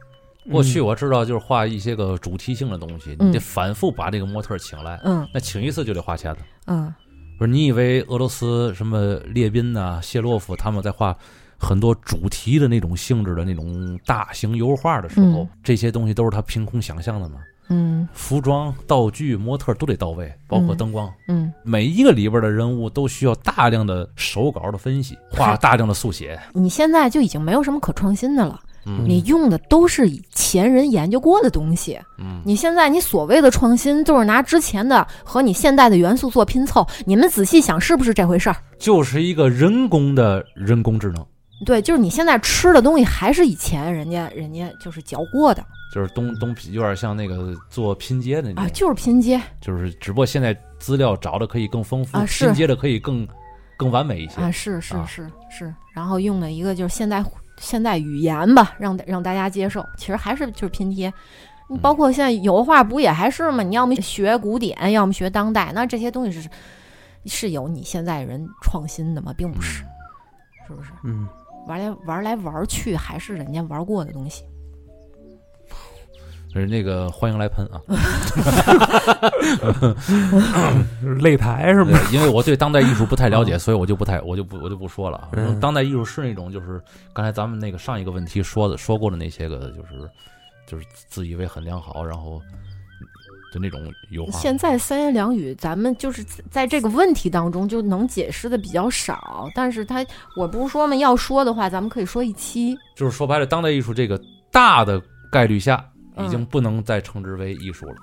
[SPEAKER 1] 过去我知道就是画一些个主题性的东西，
[SPEAKER 2] 嗯
[SPEAKER 1] 你得反复把这个模特儿请来，
[SPEAKER 2] 嗯
[SPEAKER 1] 那请一次就得花钱的。
[SPEAKER 2] 嗯
[SPEAKER 1] 不是你以为俄罗斯什么列宾呐、谢洛夫他们在画很多主题的那种性质的那种大型油画的时候，
[SPEAKER 2] 嗯
[SPEAKER 1] 这些东西都是他凭空想象的嘛？
[SPEAKER 2] 嗯
[SPEAKER 1] 服装、道具、模特都得到位，包括
[SPEAKER 2] 嗯
[SPEAKER 1] 灯光。
[SPEAKER 2] 嗯，
[SPEAKER 1] 每一个里边的人物都需要大量的手稿的分析，画大量的速写。
[SPEAKER 2] 你现在就已经没有什么可创新的了。
[SPEAKER 1] 嗯
[SPEAKER 2] 你用的都是以前人研究过的东西，
[SPEAKER 1] 嗯，
[SPEAKER 2] 你现在你所谓的创新，就是拿之前的和你现代的元素做拼凑。你们仔细想，是不是这回事儿？
[SPEAKER 1] 就是一个人工的人工智能，
[SPEAKER 2] 对，就是你现在吃的东西还是以前人家人家就是嚼过的
[SPEAKER 1] 就是东东有点像那个做拼接的那种，
[SPEAKER 2] 嗯啊，就是拼接
[SPEAKER 1] 就是只不过现在资料找的可以更丰富，
[SPEAKER 2] 啊是
[SPEAKER 1] 拼接的可以更更完美一些。
[SPEAKER 2] 啊，是是
[SPEAKER 1] 啊
[SPEAKER 2] 是是，然后用了一个就是现代现代语言吧，让让大家接受，其实还是就是拼贴。
[SPEAKER 1] 嗯
[SPEAKER 2] 你包括现在油画不也还是吗？你要么学古典，要么学当代，那这些东西是是有你现在人创新的吗？并
[SPEAKER 1] 嗯
[SPEAKER 2] 不是。是不是？
[SPEAKER 3] 嗯，
[SPEAKER 2] 玩来玩来玩去，还是人家玩过的东西。
[SPEAKER 1] 就是那个欢迎来喷啊！
[SPEAKER 3] 擂台嗯
[SPEAKER 2] 嗯
[SPEAKER 3] 是吗？
[SPEAKER 1] 对，因为我对当代艺术不太了解，所以我就不太，我就不，我就不说了啊。
[SPEAKER 3] 嗯
[SPEAKER 1] 当代艺术是那种，就是刚才咱们那个上一个问题说的说过的那些个，就是就是自以为很良好，然后就那种油画。
[SPEAKER 2] 现在三言两语，咱们就是在在这个问题当中就能解释的比较少，但是他我不是说嘛，要说的话，咱们可以说一期。
[SPEAKER 1] 就是说白了，当代艺术这个大的概率下，
[SPEAKER 2] 嗯
[SPEAKER 1] 已经不能再称之为艺术了。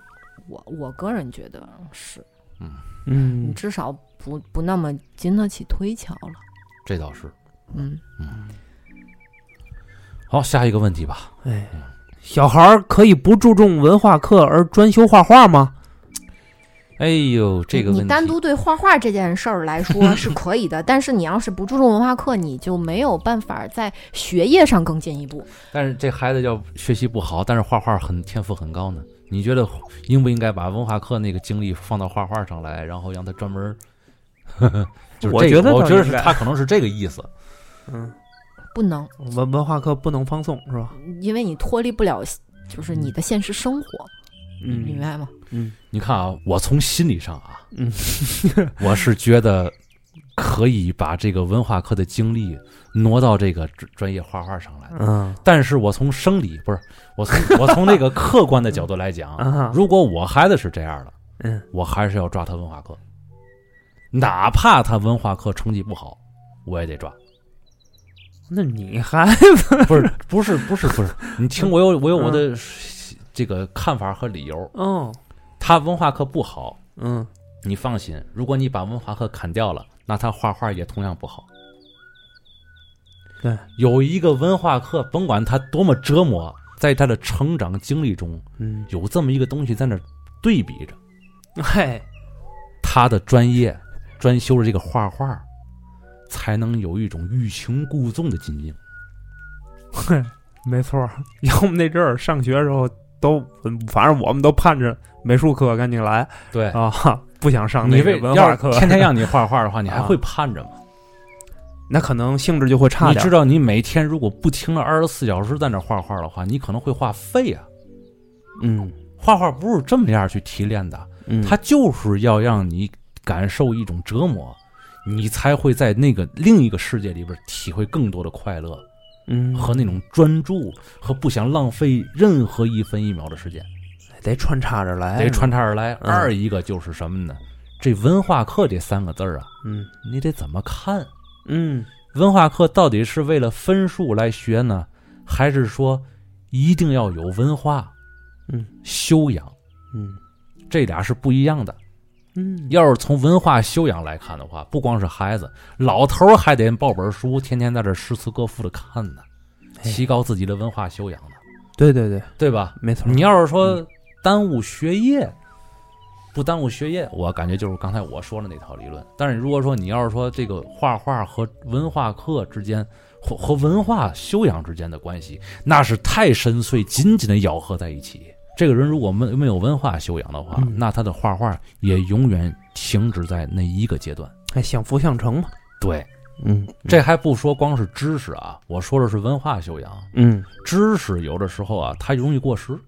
[SPEAKER 2] 我我个人觉得是，你
[SPEAKER 3] 嗯
[SPEAKER 2] 至少不不那么经得起推敲了。
[SPEAKER 1] 这倒是。
[SPEAKER 2] 嗯，
[SPEAKER 1] 好，下一个问题吧。
[SPEAKER 3] 哎，小孩儿可以不注重文化课而专修画画吗？
[SPEAKER 1] 哎呦，这个问题
[SPEAKER 2] 你单独对画画这件事儿 来说是可以的，但是你要是不注重文化课，你就没有办法在学业上更进一步。
[SPEAKER 1] 但是这孩子要学习不好，但是画画很天赋很高呢。你觉得应不应该把文化课那个精力放到画画上来，然后让他专门儿？ 呵呵就是
[SPEAKER 3] 我
[SPEAKER 1] 这个
[SPEAKER 3] 觉得
[SPEAKER 1] 我
[SPEAKER 3] 倒
[SPEAKER 1] 觉得
[SPEAKER 3] 应
[SPEAKER 1] 是
[SPEAKER 3] 该
[SPEAKER 1] 他可能是这个意思。
[SPEAKER 3] 嗯，
[SPEAKER 2] 不能，
[SPEAKER 3] 文文化课不能放松是吧？
[SPEAKER 2] 因为你脱离不了，就是你的现实生活，明
[SPEAKER 3] 嗯
[SPEAKER 2] 白吗？
[SPEAKER 3] 嗯
[SPEAKER 1] 你看啊，我从心理上啊，
[SPEAKER 3] 嗯，
[SPEAKER 1] 我是觉得可以把这个文化课的精力挪到这个专专业画画上来。
[SPEAKER 3] 嗯
[SPEAKER 1] 但是我从生理不是，我从我从这个客观的角度来讲，
[SPEAKER 3] 啊，
[SPEAKER 1] 如果我孩子是这样的，
[SPEAKER 3] 嗯
[SPEAKER 1] 我还是要抓他文化课，哪怕他文化课成绩不好，我也得抓。
[SPEAKER 3] 那你还
[SPEAKER 1] 不是不是不是不是，你听我有我有我的这个看法和理由。
[SPEAKER 3] 哦
[SPEAKER 1] 他文化课不好，
[SPEAKER 3] 嗯
[SPEAKER 1] 你放心，如果你把文化课砍掉了，那他画画也同样不好。
[SPEAKER 3] 对，
[SPEAKER 1] 有一个文化课，甭管他多么折磨，在他的成长经历中
[SPEAKER 3] 嗯，
[SPEAKER 1] 有这么一个东西在那儿对比着，
[SPEAKER 3] 嘿，
[SPEAKER 1] 他的专业专修的这个画画，才能有一种欲擒故纵的进境。
[SPEAKER 3] 没错儿，要么那阵儿上学时候都，反正我们都盼着美术课赶紧来
[SPEAKER 1] 对，
[SPEAKER 3] 啊，不想上
[SPEAKER 1] 你
[SPEAKER 3] 那
[SPEAKER 1] 为
[SPEAKER 3] 个文
[SPEAKER 1] 要
[SPEAKER 3] 化
[SPEAKER 1] 是
[SPEAKER 3] 课，
[SPEAKER 1] 天天让你画画的话，你还
[SPEAKER 3] 啊
[SPEAKER 1] 会盼着吗？
[SPEAKER 3] 那可能性质就会差
[SPEAKER 1] 你
[SPEAKER 3] 点儿。
[SPEAKER 1] 知道，你每天如果不停了二十四小时在那儿画画的话，你可能会画废啊。
[SPEAKER 3] 嗯
[SPEAKER 1] 画画不是这么样去提炼的，
[SPEAKER 3] 嗯，
[SPEAKER 1] 它就是要让你感受一种折磨，你才会在那个另一个世界里边体会更多的快乐
[SPEAKER 3] 嗯
[SPEAKER 1] 和那种专注和不想浪费任何一分一秒的时间，
[SPEAKER 3] 哎得穿插着来，
[SPEAKER 1] 得穿插而来。
[SPEAKER 3] 嗯
[SPEAKER 1] 二一个就是什么呢？这文化课这三个字儿啊，
[SPEAKER 3] 嗯
[SPEAKER 1] 你得怎么看？
[SPEAKER 3] 嗯
[SPEAKER 1] 文化课到底是为了分数来学呢，还是说一定要有文化、
[SPEAKER 3] 嗯
[SPEAKER 1] 修养？
[SPEAKER 3] 嗯
[SPEAKER 1] 这俩是不一样的。
[SPEAKER 3] 嗯，
[SPEAKER 1] 要是从文化修养来看的话，不光是孩子，老头儿还得抱本书，天天在这诗词歌赋的看呢，
[SPEAKER 3] 哎
[SPEAKER 1] 提高自己的文化修养呢，
[SPEAKER 3] 对对对，
[SPEAKER 1] 对吧？
[SPEAKER 3] 没错儿。
[SPEAKER 1] 你要是说嗯耽误学业，不耽误学业，我感觉就是刚才我说的那套理论。但是如果说你要是说这个画画和文化课之间，和和文化修养之间的关系，那是太深邃，紧紧的咬合在一起。这个人如果没没有文化修养的话，
[SPEAKER 3] 嗯
[SPEAKER 1] 那他的画画也永远停止在那一个阶段。
[SPEAKER 3] 哎，相辅相成嘛。
[SPEAKER 1] 对，
[SPEAKER 3] 嗯，
[SPEAKER 1] 这还不说光是知识啊，我说的是文化修养。
[SPEAKER 3] 嗯
[SPEAKER 1] 知识有的时候啊，它容易过时。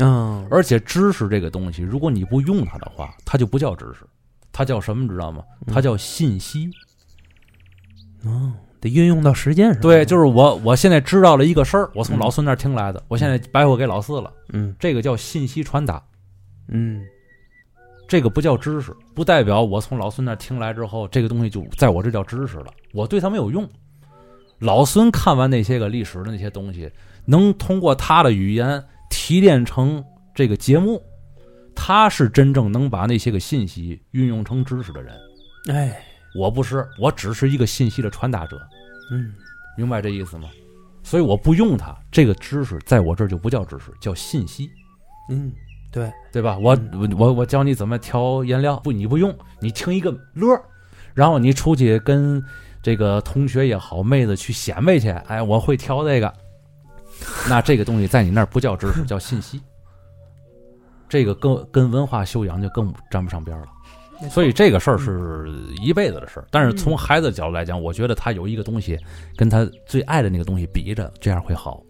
[SPEAKER 3] 嗯
[SPEAKER 1] 而且知识这个东西，如果你不用它的话，它就不叫知识，它叫什么？知道吗？
[SPEAKER 3] 嗯
[SPEAKER 1] 它叫信息。
[SPEAKER 3] 嗯，得运用到实践上。
[SPEAKER 1] 对，就是我我现在知道了一个事儿，我从
[SPEAKER 3] 嗯
[SPEAKER 1] 老孙那儿听来的，我现在白话给老四了，
[SPEAKER 3] 嗯
[SPEAKER 1] 这个叫信息传达，
[SPEAKER 3] 嗯
[SPEAKER 1] 这个不叫知识，不代表我从老孙那儿听来之后，这个东西就在我这叫知识了，我对它没有用。老孙看完那些个历史的那些东西，能通过他的语言提炼成这个节目，他是真正能把那些个信息运用成知识的人。
[SPEAKER 3] 哎
[SPEAKER 1] 我不是，我只是一个信息的传达者，
[SPEAKER 3] 嗯
[SPEAKER 1] 明白这意思吗？所以我不用它，这个知识在我这儿就不叫知识，叫信息，
[SPEAKER 3] 嗯对，
[SPEAKER 1] 对吧？我
[SPEAKER 3] 嗯
[SPEAKER 1] 我我教你怎么调颜料，不，你不用，你听一个乐儿，然后你出去跟这个同学也好，妹子去显摆去，哎，我会调这个，那这个东西在你那儿不叫知识，叫信息，这个跟跟文化修养就更沾不上边儿了。所以这个事儿是一辈子的事儿，但是从孩子角度来讲，我觉得他有一个东西跟他最爱的那个东西比着，这样会好。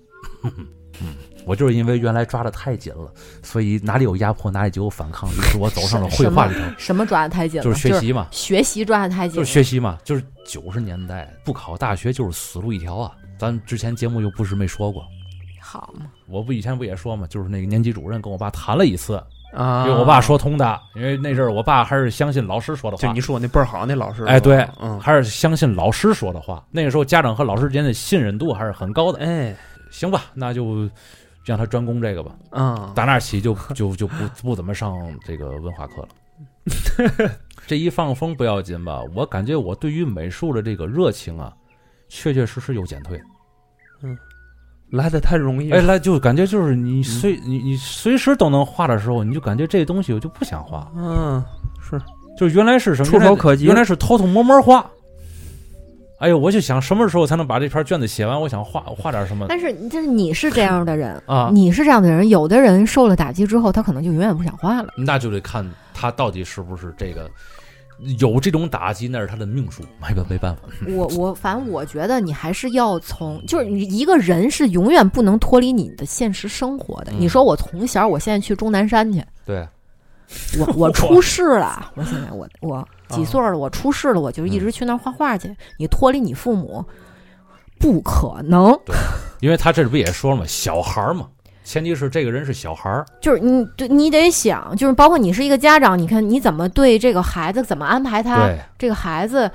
[SPEAKER 1] 嗯，我就是因为原来抓的太紧了，所以哪里有压迫哪里就有反抗，于是我走上了绘画这条，
[SPEAKER 2] 什么抓得太紧 了？
[SPEAKER 1] 就是学习嘛，
[SPEAKER 2] 学习抓得太紧
[SPEAKER 1] 就
[SPEAKER 2] 了，
[SPEAKER 1] 是学习嘛，就是九十年代不考大学就是死路一条啊。咱之前节目又不是没说过，
[SPEAKER 2] 好嘛？
[SPEAKER 1] 我不以前不也说嘛，就是那个年级主任跟我爸谈了一次，
[SPEAKER 3] 啊，
[SPEAKER 1] 给我爸，说通的，因为那阵儿我爸还是相信老师说的话，
[SPEAKER 3] 就你说那倍儿好那老师，
[SPEAKER 1] 哎对
[SPEAKER 3] 嗯，
[SPEAKER 1] 还是相信老师说的话。那个时候家长和老师之间的信任度还是很高的。
[SPEAKER 3] 哎
[SPEAKER 1] 行吧，那就让他专攻这个吧。
[SPEAKER 3] 啊，
[SPEAKER 1] 打那起就就就不不怎么上这个文化课了。这一放风不要紧吧？我感觉我对于美术的这个热情啊，确确实实有减退。
[SPEAKER 3] 来的太容易了
[SPEAKER 1] 哎，，来就感觉就是你随、你你随时都能画的时候，你就感觉这东西我就不想画了。
[SPEAKER 3] 嗯，
[SPEAKER 1] 就是原来是什么
[SPEAKER 3] 触手可及
[SPEAKER 1] 原来是偷偷摸摸画。哎呦，我就想什么时候才能把这篇卷子写完？我想画画点什么
[SPEAKER 2] 但是就是你是这样的人，
[SPEAKER 1] 啊？
[SPEAKER 2] 你是这样的人，有的人受了打击之后，他可能就永远不想画了。
[SPEAKER 1] 那就得看他到底是不是这个有这种打击，那是他的命数，没办没办法。
[SPEAKER 2] 我我反正我觉得你还是要从，就是你一个人是永远不能脱离你的现实生活的。
[SPEAKER 1] 嗯
[SPEAKER 2] 你说我从小，我现在去终南山去，
[SPEAKER 1] 对，
[SPEAKER 2] 我我出世了，我现在我
[SPEAKER 1] 啊
[SPEAKER 2] 我几岁了，我出世了，我就一直去那儿画画
[SPEAKER 1] 嗯
[SPEAKER 2] 去。你脱离你父母，不可能。
[SPEAKER 1] 因为他这不也说了吗？小孩儿嘛，前提是这个人是小孩儿，
[SPEAKER 2] 就是你对你得想，就是包括你是一个家长，你看你怎么对这个孩子，怎么安排他，
[SPEAKER 1] 对
[SPEAKER 2] 这个孩子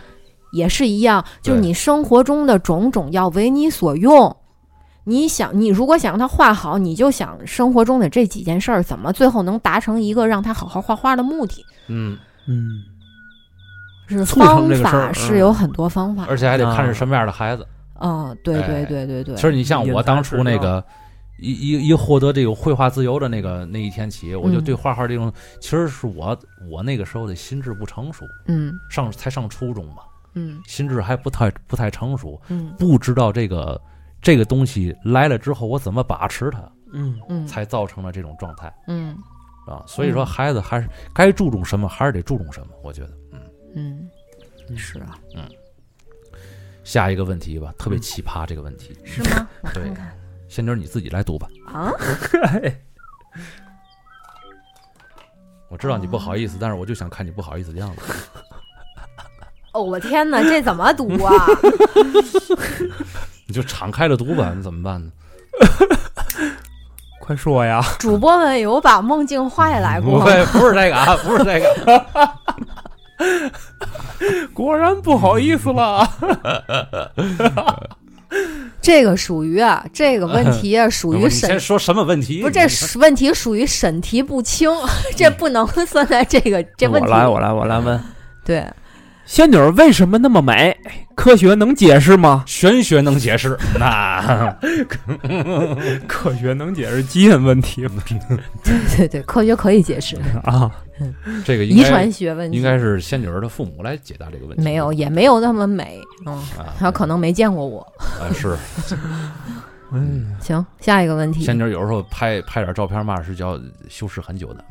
[SPEAKER 2] 也是一样，
[SPEAKER 1] 对
[SPEAKER 2] 就是你生活中的种种要为你所用。你想，你如果想让他画好，你就想生活中的这几件事儿怎么最后能达成一个让他好好画画的目的，
[SPEAKER 1] 嗯，
[SPEAKER 3] 嗯，
[SPEAKER 2] 是
[SPEAKER 3] 促成
[SPEAKER 2] 方
[SPEAKER 3] 这个事儿
[SPEAKER 2] 法是
[SPEAKER 3] 嗯
[SPEAKER 2] 有很多方法。
[SPEAKER 1] 而且还得看是什么样的孩子。
[SPEAKER 2] 嗯，对对对对对，
[SPEAKER 1] 其实你像
[SPEAKER 3] 因
[SPEAKER 1] 我
[SPEAKER 3] 材
[SPEAKER 1] 当初
[SPEAKER 3] 施
[SPEAKER 1] 那
[SPEAKER 3] 教
[SPEAKER 1] 个一一一获得这个绘画自由的那个那一天起，我就
[SPEAKER 2] 嗯
[SPEAKER 1] 对画画这种，其实是我我那个时候的心智不成熟，
[SPEAKER 2] 嗯
[SPEAKER 1] 上才上初中嘛，
[SPEAKER 2] 嗯
[SPEAKER 1] 心智还不太不太成熟，
[SPEAKER 2] 嗯
[SPEAKER 1] 不知道这个这个东西来了之后我怎么把持它，
[SPEAKER 3] 嗯，
[SPEAKER 2] 嗯
[SPEAKER 1] 才造成了这种状态
[SPEAKER 2] 嗯
[SPEAKER 1] 啊。所以说，
[SPEAKER 2] 嗯
[SPEAKER 1] 孩子还是该注重什么还是得注重什么，我觉得。
[SPEAKER 2] 嗯，是 啊，
[SPEAKER 1] 下一个问题吧，特
[SPEAKER 2] 嗯
[SPEAKER 1] 别奇葩这个问题，
[SPEAKER 2] 是吗？我
[SPEAKER 1] 对
[SPEAKER 2] 看看
[SPEAKER 1] 仙女儿你自己来读吧。
[SPEAKER 2] 啊，
[SPEAKER 3] 哎
[SPEAKER 1] 我知道你不好意思，但是我就想看你不好意思的样子。
[SPEAKER 2] 哦，我天哪，这怎么读啊？
[SPEAKER 1] 你就敞开了读吧，你怎么办呢？
[SPEAKER 3] 快说呀，
[SPEAKER 2] 主播们有把梦境画下来
[SPEAKER 1] 不
[SPEAKER 2] 过吗？
[SPEAKER 1] 会，不是这个啊，不是这个。
[SPEAKER 3] 果然不好意思 了。
[SPEAKER 2] 这个属于啊，这个问题啊，属 于
[SPEAKER 1] 嗯你
[SPEAKER 2] 审
[SPEAKER 1] 先，说什么问题？
[SPEAKER 2] 不是这是问题属于审题不清， 这
[SPEAKER 1] 嗯
[SPEAKER 2] 不能算在这个这问
[SPEAKER 3] 我
[SPEAKER 2] 题。
[SPEAKER 3] 来，我来，我来问，
[SPEAKER 2] 对，
[SPEAKER 3] 仙女儿为什么那么美？科学能解释吗？
[SPEAKER 1] 玄学能解释，
[SPEAKER 3] 啊
[SPEAKER 1] 那
[SPEAKER 3] 科学能解释基因问题吗？
[SPEAKER 2] 对对对，科学可以解释
[SPEAKER 3] 啊，
[SPEAKER 1] 这个应
[SPEAKER 2] 遗
[SPEAKER 1] 该
[SPEAKER 2] 传学问题，
[SPEAKER 1] 应该是仙女儿的父母来解答这个问题。
[SPEAKER 2] 没有，也没有那么美，嗯，
[SPEAKER 1] 啊，
[SPEAKER 2] 他可能没见过我。
[SPEAKER 1] 啊是
[SPEAKER 3] 嗯，
[SPEAKER 2] 行，下一个问题
[SPEAKER 1] 仙，女儿有时候拍拍点照片嘛，是叫修饰很 久的。
[SPEAKER 2] 啊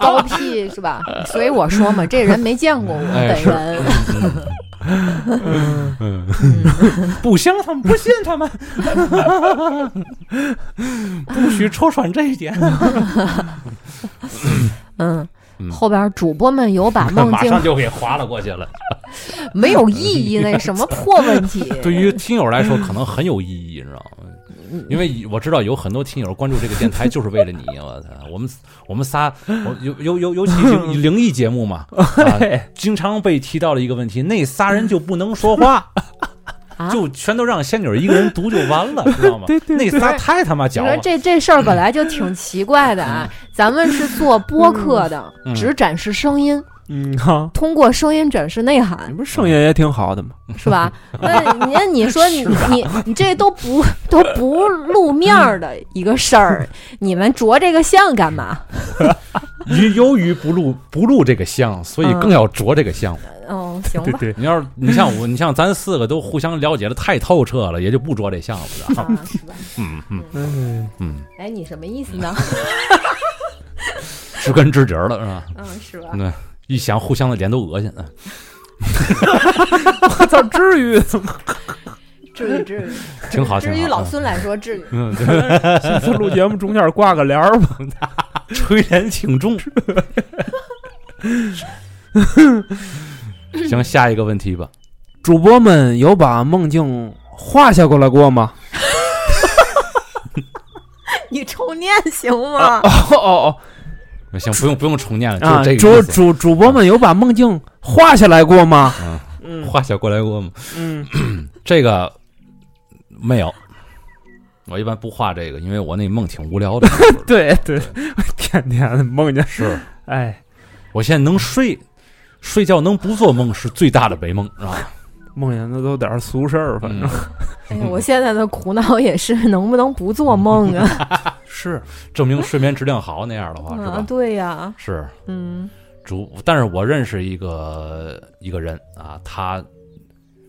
[SPEAKER 2] 高屁 是吧？所以我说嘛，这人没见过我
[SPEAKER 1] 哎
[SPEAKER 2] 本
[SPEAKER 1] 是
[SPEAKER 2] 人，
[SPEAKER 1] 嗯，
[SPEAKER 2] 嗯
[SPEAKER 3] 不相他们，不信他们，
[SPEAKER 1] 不许戳穿这一点。
[SPEAKER 2] 嗯。
[SPEAKER 1] 嗯
[SPEAKER 2] 后边主播们有把 梦
[SPEAKER 1] 马
[SPEAKER 2] 境
[SPEAKER 1] 上就给划了过去了。
[SPEAKER 2] 没有意义，那什么破问题？
[SPEAKER 1] 对于听友来说，可能很有意义，你知道吗？因为我知道有很多听友关注这个电台，就是为了你。我操， 我们我们仨，我尤尤尤尤其灵灵异节目 嘛，啊经常被提到的一个问题，那仨人就不能说话
[SPEAKER 2] 啊，
[SPEAKER 1] 就全都让仙女儿一个人读就完 了，知道吗？
[SPEAKER 3] 对对
[SPEAKER 1] 那
[SPEAKER 3] 对
[SPEAKER 1] 仨太他妈矫
[SPEAKER 2] 你说
[SPEAKER 1] 了。
[SPEAKER 2] 这这事儿本来就挺奇怪的啊，咱们是做播客的，
[SPEAKER 1] 嗯
[SPEAKER 2] 只展示声音，
[SPEAKER 3] 嗯哈，
[SPEAKER 2] 通过声音展示内
[SPEAKER 3] 你
[SPEAKER 2] 涵，
[SPEAKER 3] 不 是声音也挺好的吗？
[SPEAKER 2] 是吧？那你那你说你
[SPEAKER 1] 啊
[SPEAKER 2] 你你这都不都不露面儿的一个事 儿，你们着这个相干嘛？
[SPEAKER 1] 由由于不录不录这个香，所以更要着这个香。
[SPEAKER 2] 嗯，行吧，
[SPEAKER 3] 对，
[SPEAKER 1] 你要是你像我，你像咱四个都互相了解的太透彻了，也就不着这项了知道 吗。
[SPEAKER 2] 啊，是吧？
[SPEAKER 1] 嗯嗯
[SPEAKER 3] 嗯，
[SPEAKER 1] 嗯，
[SPEAKER 2] 哎，你什么意思 呢？
[SPEAKER 1] 知根知底儿了是吧？
[SPEAKER 2] 嗯，是吧？
[SPEAKER 1] 那一想，互相的脸都恶心。嗯
[SPEAKER 3] 我操，至于吗？
[SPEAKER 2] 至于至于，
[SPEAKER 1] 挺好，嗯
[SPEAKER 2] 至于
[SPEAKER 1] 挺好
[SPEAKER 2] 老孙来说，至于。
[SPEAKER 1] 嗯，对，
[SPEAKER 3] 下次录节目中间挂个帘儿吧。
[SPEAKER 1] 垂帘听众。行，下一个问题吧。
[SPEAKER 3] 主播们有把梦境画下过来过吗？
[SPEAKER 2] 你抽念行吗？
[SPEAKER 3] 哦哦
[SPEAKER 1] 行，不用不用重念了，
[SPEAKER 3] 哦，啊，
[SPEAKER 1] 就这个
[SPEAKER 3] 主
[SPEAKER 1] 意思。
[SPEAKER 3] 主主播们有把梦境画下来过吗？嗯
[SPEAKER 1] 话小过来过吗？
[SPEAKER 3] 嗯
[SPEAKER 1] 这个没有，我一般不画这个，因为我那梦挺无聊的。
[SPEAKER 3] 对对， 天天的梦见，
[SPEAKER 1] 是
[SPEAKER 3] 哎，
[SPEAKER 1] 我现在能睡，睡觉能不做梦是最大的美梦，是吧？
[SPEAKER 3] 梦见的都点儿俗事儿，反正、
[SPEAKER 2] 哎呀，我现在的苦恼也是能不能不做梦啊？
[SPEAKER 1] 是 证明睡眠质量嗯好那样的话，是
[SPEAKER 2] 啊，
[SPEAKER 1] 吧？
[SPEAKER 2] 对呀、
[SPEAKER 1] 是
[SPEAKER 2] 嗯
[SPEAKER 1] 主，但是我认识一个一个人啊，他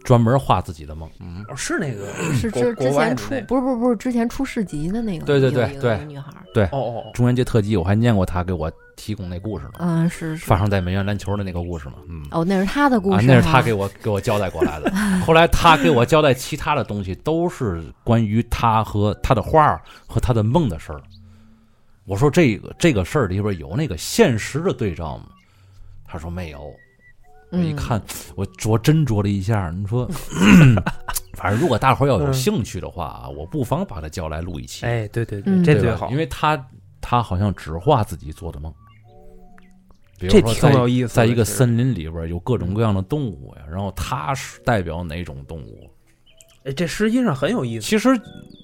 [SPEAKER 1] 专门画自己的梦。嗯，
[SPEAKER 3] 是那个，，
[SPEAKER 2] 是
[SPEAKER 3] 国
[SPEAKER 2] 之
[SPEAKER 3] 国
[SPEAKER 2] 之
[SPEAKER 3] 外
[SPEAKER 2] 前
[SPEAKER 3] 的
[SPEAKER 2] 出
[SPEAKER 3] 那个
[SPEAKER 2] 不是不是不是之前出市集的那个，
[SPEAKER 1] 对对对
[SPEAKER 2] 有一个
[SPEAKER 1] 对
[SPEAKER 2] 有一个女孩儿，
[SPEAKER 3] 哦哦，
[SPEAKER 1] 中元节特辑我还念过他给我提供那故事呢，
[SPEAKER 2] 嗯是是
[SPEAKER 1] 发，生在梅园篮球的那个故事嘛。嗯，
[SPEAKER 2] 哦那是她的故事
[SPEAKER 1] 啊
[SPEAKER 2] 哈、，
[SPEAKER 1] 那是他给我给我交代过来的。后来他给我交代其他的东西，都是关于他和他的画儿和他的梦的事儿。我说这个这个事儿里边有那个现实的对照吗？他说没有。我一
[SPEAKER 2] 嗯
[SPEAKER 1] 看，我琢斟酌了一下，你 说，反正如果大伙儿要有
[SPEAKER 3] 嗯
[SPEAKER 1] 兴趣的话啊，我不妨把他叫来录一期，
[SPEAKER 3] 哎，对对
[SPEAKER 2] 嗯
[SPEAKER 3] 这
[SPEAKER 1] 对
[SPEAKER 3] 最
[SPEAKER 1] 吧
[SPEAKER 3] 好，
[SPEAKER 1] 因为他他好像只画自己做的梦，比如
[SPEAKER 3] 这
[SPEAKER 1] 说
[SPEAKER 3] 挺
[SPEAKER 1] 在
[SPEAKER 3] 有意思的。
[SPEAKER 1] 在一个
[SPEAKER 3] 其实，嗯
[SPEAKER 1] 森林里边有各种各样的动物呀，然后他是代表哪种动物？
[SPEAKER 3] 哎这实际上很有意思。
[SPEAKER 1] 其实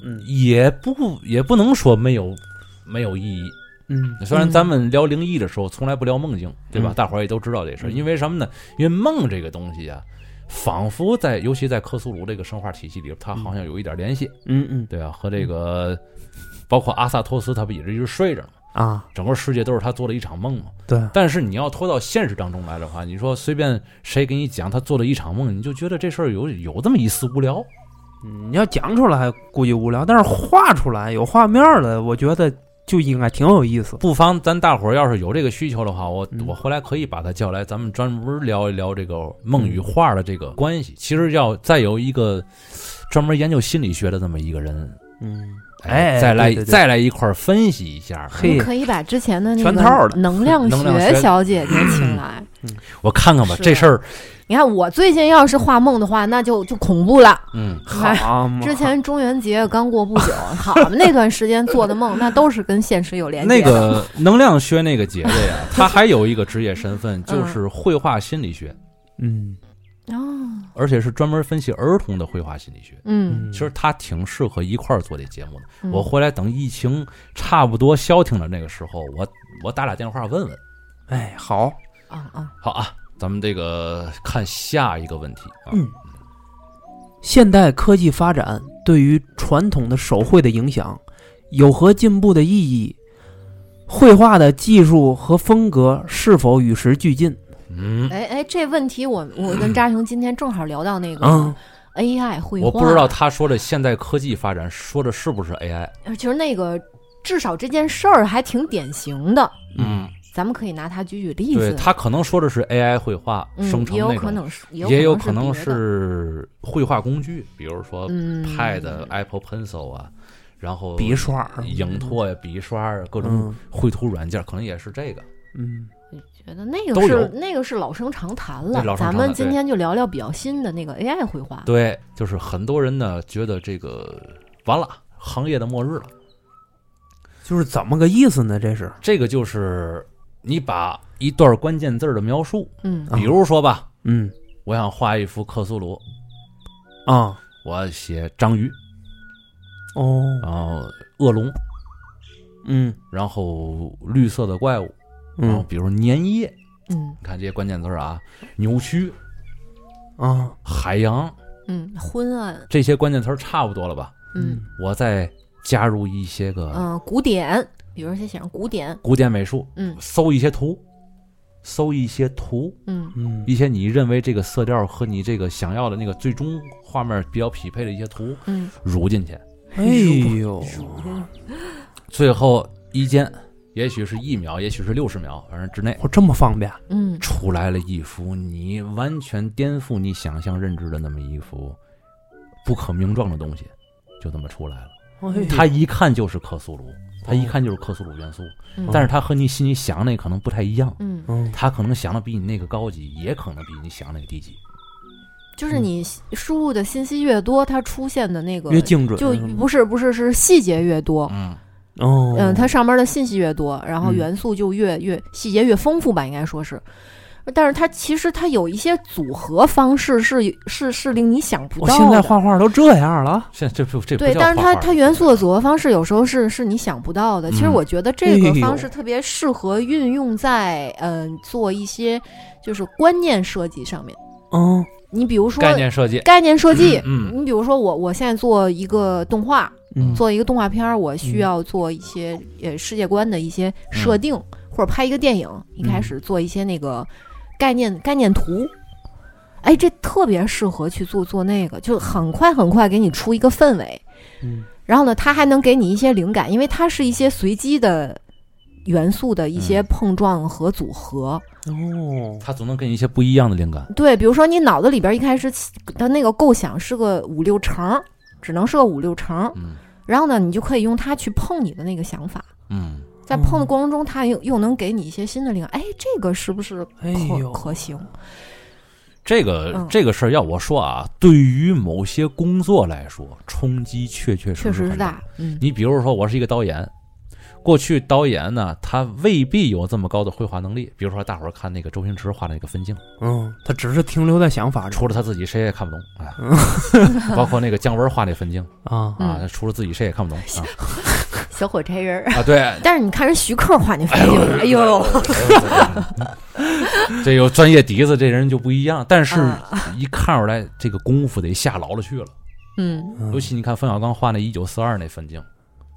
[SPEAKER 3] 嗯
[SPEAKER 1] 也不也不能说没有没有意义。
[SPEAKER 3] 嗯，
[SPEAKER 1] 虽然
[SPEAKER 2] 嗯
[SPEAKER 1] 咱们聊灵异的时候从来不聊梦境，对吧？
[SPEAKER 3] 嗯
[SPEAKER 1] 大伙儿也都知道这事儿，
[SPEAKER 3] 嗯
[SPEAKER 1] 因为什么呢？因为梦这个东西啊，仿佛在尤其在克苏鲁这个神话体系里，它好像有一点联系，
[SPEAKER 3] 嗯嗯
[SPEAKER 1] 对吧？和这个包括阿萨托斯，他不一直一直睡着吗？
[SPEAKER 3] 啊，
[SPEAKER 1] 整个世界都是他做的一场梦嘛。
[SPEAKER 3] 对，
[SPEAKER 1] 但是你要拖到现实当中来的话，你说随便谁给你讲他做了一场梦，你就觉得这事儿有有这么一丝无聊。
[SPEAKER 3] 你要讲出来估计无聊，但是画出来有画面儿的，我觉得就应该挺有意思。
[SPEAKER 1] 不妨咱大伙儿要是有这个需求的话，我、
[SPEAKER 3] 嗯
[SPEAKER 1] 我回来可以把他叫来，咱们专门聊一聊这个梦与画的这个关系。其实要再有一个专门研究心理学的这么一个人，
[SPEAKER 3] 嗯，哎
[SPEAKER 1] 再来
[SPEAKER 3] 对对对
[SPEAKER 1] 再来一块儿分析一下。
[SPEAKER 3] 嘿
[SPEAKER 2] 你可以把之前的那
[SPEAKER 3] 全套
[SPEAKER 2] 个
[SPEAKER 3] 的
[SPEAKER 2] 能量
[SPEAKER 1] 能量学嗯
[SPEAKER 2] 学小姐姐请来。
[SPEAKER 1] 我看看吧，
[SPEAKER 3] 啊
[SPEAKER 2] 是
[SPEAKER 1] 这事儿，
[SPEAKER 2] 你看我最近要是画梦的话，那就就恐怖了。
[SPEAKER 1] 嗯，
[SPEAKER 3] 好 嘛，
[SPEAKER 2] 之前中元节刚过不 久，好那段时间做的梦，那都是跟现实有联
[SPEAKER 1] 那
[SPEAKER 2] 系的。哦
[SPEAKER 1] 个 能量学那个姐姐呀，她还有一个职业身份，就是绘画心理学，
[SPEAKER 3] 嗯
[SPEAKER 2] 哦，
[SPEAKER 1] 而且是专门分析儿童的绘画心理学。
[SPEAKER 2] 嗯，
[SPEAKER 3] 嗯，
[SPEAKER 1] 其实她挺适合一块儿做这节目的。
[SPEAKER 2] 嗯
[SPEAKER 1] 我回来等疫情差不多消停了那个时候，我我打俩电话问问。
[SPEAKER 3] 哎好，
[SPEAKER 2] 啊啊，
[SPEAKER 1] 好啊，咱们这个看下一个问题啊。
[SPEAKER 3] 嗯现代科技发展对于传统的手绘的影响有何进步的意义？绘画的技术和风格是否与时俱进？
[SPEAKER 1] 嗯，
[SPEAKER 2] 哎哎，这问题我我跟扎熊今天正好聊到那个
[SPEAKER 3] 嗯，
[SPEAKER 2] AI 绘画，
[SPEAKER 1] 我不知道，他说的现代科技发展说的是不是 AI。
[SPEAKER 2] 呃其实那个至少这件事儿还挺典型的，
[SPEAKER 1] 嗯，
[SPEAKER 2] 咱们可以拿它举举例
[SPEAKER 1] 对
[SPEAKER 2] 子。
[SPEAKER 1] 他可能说的是 AI 绘画生
[SPEAKER 2] 嗯，
[SPEAKER 1] 成
[SPEAKER 2] 也有
[SPEAKER 1] 那
[SPEAKER 2] 可
[SPEAKER 1] 种，
[SPEAKER 2] 能是，
[SPEAKER 1] 也有
[SPEAKER 2] 可
[SPEAKER 1] 可能
[SPEAKER 2] 是别的
[SPEAKER 1] 是绘画工具，比如说
[SPEAKER 2] 嗯
[SPEAKER 1] Pad、Apple Pencil 啊，然后
[SPEAKER 3] 笔刷儿，
[SPEAKER 1] 影拓呀、笔刷啊，各种
[SPEAKER 3] 嗯
[SPEAKER 1] 绘图软件，可能也是这个。
[SPEAKER 3] 嗯，
[SPEAKER 2] 觉得那
[SPEAKER 1] 都
[SPEAKER 2] 个
[SPEAKER 1] 有
[SPEAKER 2] 是那个是老生常谈
[SPEAKER 1] 对
[SPEAKER 2] 了
[SPEAKER 1] 老生常，谈
[SPEAKER 2] 咱们今天就聊聊比较新的那个 AI 绘画。
[SPEAKER 1] 对，就是很多人呢觉得这个完了，行业的末日了。
[SPEAKER 3] 就是怎么个意思呢？这是，
[SPEAKER 1] 这个就是你把一段关键字儿的描述，
[SPEAKER 2] 嗯
[SPEAKER 3] 啊
[SPEAKER 1] 比如说吧，
[SPEAKER 3] 嗯
[SPEAKER 1] 我想画一幅克苏鲁，
[SPEAKER 3] 啊，
[SPEAKER 1] 我写章鱼，
[SPEAKER 3] 哦，
[SPEAKER 1] 然后恶龙，
[SPEAKER 3] 嗯
[SPEAKER 1] 然后绿色的怪物，然后
[SPEAKER 3] 嗯
[SPEAKER 1] 比如粘液，
[SPEAKER 2] 嗯
[SPEAKER 1] 你看这些关键字儿啊，扭曲、
[SPEAKER 3] 啊，
[SPEAKER 1] 海洋
[SPEAKER 2] 嗯，昏暗，
[SPEAKER 1] 这些关键词儿差不多了吧？
[SPEAKER 2] 嗯
[SPEAKER 1] 我再加入一些个
[SPEAKER 2] 嗯，古典，比如说写上古典，
[SPEAKER 1] 古典美术，
[SPEAKER 2] 嗯
[SPEAKER 1] 搜一些图，搜一些图，
[SPEAKER 2] 嗯
[SPEAKER 3] 嗯
[SPEAKER 1] 一些你认为这个色调和你这个想要的那个最终画面比较匹配的一些图，
[SPEAKER 2] 嗯，
[SPEAKER 1] 揉进去，
[SPEAKER 3] 哎
[SPEAKER 1] 哦
[SPEAKER 3] 呦，
[SPEAKER 1] 最后一间，也许是一秒，也许是六十秒，反正之内
[SPEAKER 3] 我这么方便，
[SPEAKER 2] 嗯
[SPEAKER 1] 出来了一幅你完全颠覆你想象认知的那么一幅不可名状的东西，就这么出来了。
[SPEAKER 3] 哎
[SPEAKER 1] 它一看就是克苏鲁，它一看就是克苏鲁元素，
[SPEAKER 2] 嗯
[SPEAKER 1] 但是它和你心里想那可能不太一样。
[SPEAKER 2] 嗯，
[SPEAKER 3] 嗯，
[SPEAKER 1] 它可能想的比你那个高级，也可能比你想那个低级。
[SPEAKER 2] 就是你输入的信息越多，它出现的那个
[SPEAKER 3] 越精准
[SPEAKER 2] 就是
[SPEAKER 3] 吗
[SPEAKER 2] 不是不是是细节越多。
[SPEAKER 1] 嗯，
[SPEAKER 3] 嗯哦，
[SPEAKER 2] 嗯，它上面的信息越多，然后
[SPEAKER 3] 嗯
[SPEAKER 2] 元素就越越细节越丰富吧，应该说是。但是它其实它有一些组合方式是是是令你想不
[SPEAKER 3] 我
[SPEAKER 2] 到的。
[SPEAKER 3] 现在画画都这样了，
[SPEAKER 1] 现在这不这不
[SPEAKER 2] 对，
[SPEAKER 1] 叫
[SPEAKER 2] 但是
[SPEAKER 1] 画
[SPEAKER 2] 它
[SPEAKER 1] 画
[SPEAKER 2] 它元素的组合方式有时候是是你想不到的。其实
[SPEAKER 1] 嗯
[SPEAKER 2] 我觉得这个
[SPEAKER 3] 哎呦
[SPEAKER 2] 方式特别适合运用在嗯、呃做一些就是观念设计上面。
[SPEAKER 3] 嗯
[SPEAKER 2] 你比如说
[SPEAKER 1] 概念设计。
[SPEAKER 2] 概念设计，
[SPEAKER 1] 嗯
[SPEAKER 2] 你比如说我我现在做一个动画，
[SPEAKER 3] 嗯，
[SPEAKER 2] 做一个动画片儿，我需
[SPEAKER 3] 嗯
[SPEAKER 2] 要做一些呃世界观的一些设定，或者拍一个电影，一开始做一些那个概念概念图。哎，这特别适合去做做那个，就很快很快给你出一个氛围，
[SPEAKER 3] 嗯
[SPEAKER 2] 然后呢，它还能给你一些灵感，因为它是一些随机的元素的一些
[SPEAKER 1] 嗯
[SPEAKER 2] 碰撞和组合。
[SPEAKER 3] 哦，
[SPEAKER 1] 它总能给你一些不一样的灵感，
[SPEAKER 2] 对，比如说你脑子里边一开始起的那个构想是个五六成儿，只能是个五六成儿，
[SPEAKER 1] 嗯
[SPEAKER 2] 然后呢，你就可以用它去碰你的那个想法。
[SPEAKER 1] 嗯，
[SPEAKER 2] 在碰的过程中，他又又能给你一些新的灵感。哎，这个是不是可、
[SPEAKER 3] 哎呦
[SPEAKER 2] 可行？
[SPEAKER 1] 这个、
[SPEAKER 2] 嗯
[SPEAKER 1] 这个事儿要我说啊，对于某些工作来说，冲击确确实
[SPEAKER 2] 确实
[SPEAKER 1] 很
[SPEAKER 2] 是大。嗯
[SPEAKER 1] 你比如说，我是一个导演，过去导演呢，他未必有这么高的绘画能力。比如说，大伙儿看那个周星驰画的那个分镜，
[SPEAKER 3] 嗯，他只是停留在想
[SPEAKER 2] 嗯
[SPEAKER 3] 法中
[SPEAKER 1] 除了他自己，谁也看不懂啊。 包括那个姜文画那分镜
[SPEAKER 3] 啊，
[SPEAKER 1] 啊，
[SPEAKER 2] 嗯
[SPEAKER 1] 除了自己谁也看不懂啊
[SPEAKER 2] 小火柴人儿。
[SPEAKER 1] 啊，对，
[SPEAKER 2] 但是你看人徐克画那风景，哎呦，
[SPEAKER 1] 嗯这有专业底子，这人就不一样。但是
[SPEAKER 2] 啊
[SPEAKER 1] 一看出来，这个功夫得下牢了去了。
[SPEAKER 2] 嗯，
[SPEAKER 3] 嗯
[SPEAKER 1] 尤其你看冯小刚画那一九四二那分镜，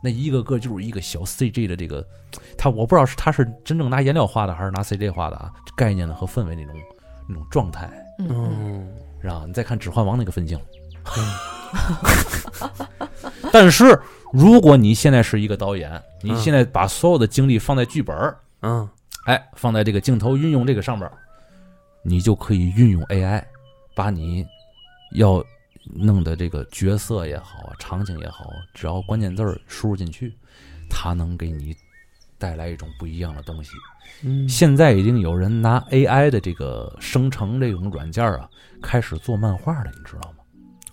[SPEAKER 1] 那一个个就是一个小 CG 的这个，他我不知道是他是真正拿颜料画的还是拿 CG 画的啊，概念呢和氛围那种那种状态，
[SPEAKER 2] 嗯嗯
[SPEAKER 3] 嗯，
[SPEAKER 1] 是吧？你再看《指环王》那个分镜，
[SPEAKER 3] 嗯
[SPEAKER 1] 但是如果你现在是一个导演，你
[SPEAKER 3] 嗯
[SPEAKER 1] 现在把所有的精力放在剧本儿，
[SPEAKER 3] 嗯，
[SPEAKER 1] 哎，放在这个镜头运用这个上边儿，你就可以运用 AI，把你要弄的这个角色也好啊，场景也好啊，只要关键字儿输入进去，它能给你带来一种不一样的东西。
[SPEAKER 3] 嗯
[SPEAKER 1] 现在已经有人拿 AI 的这个生成这种软件儿啊，开始做漫画了，你知道吗？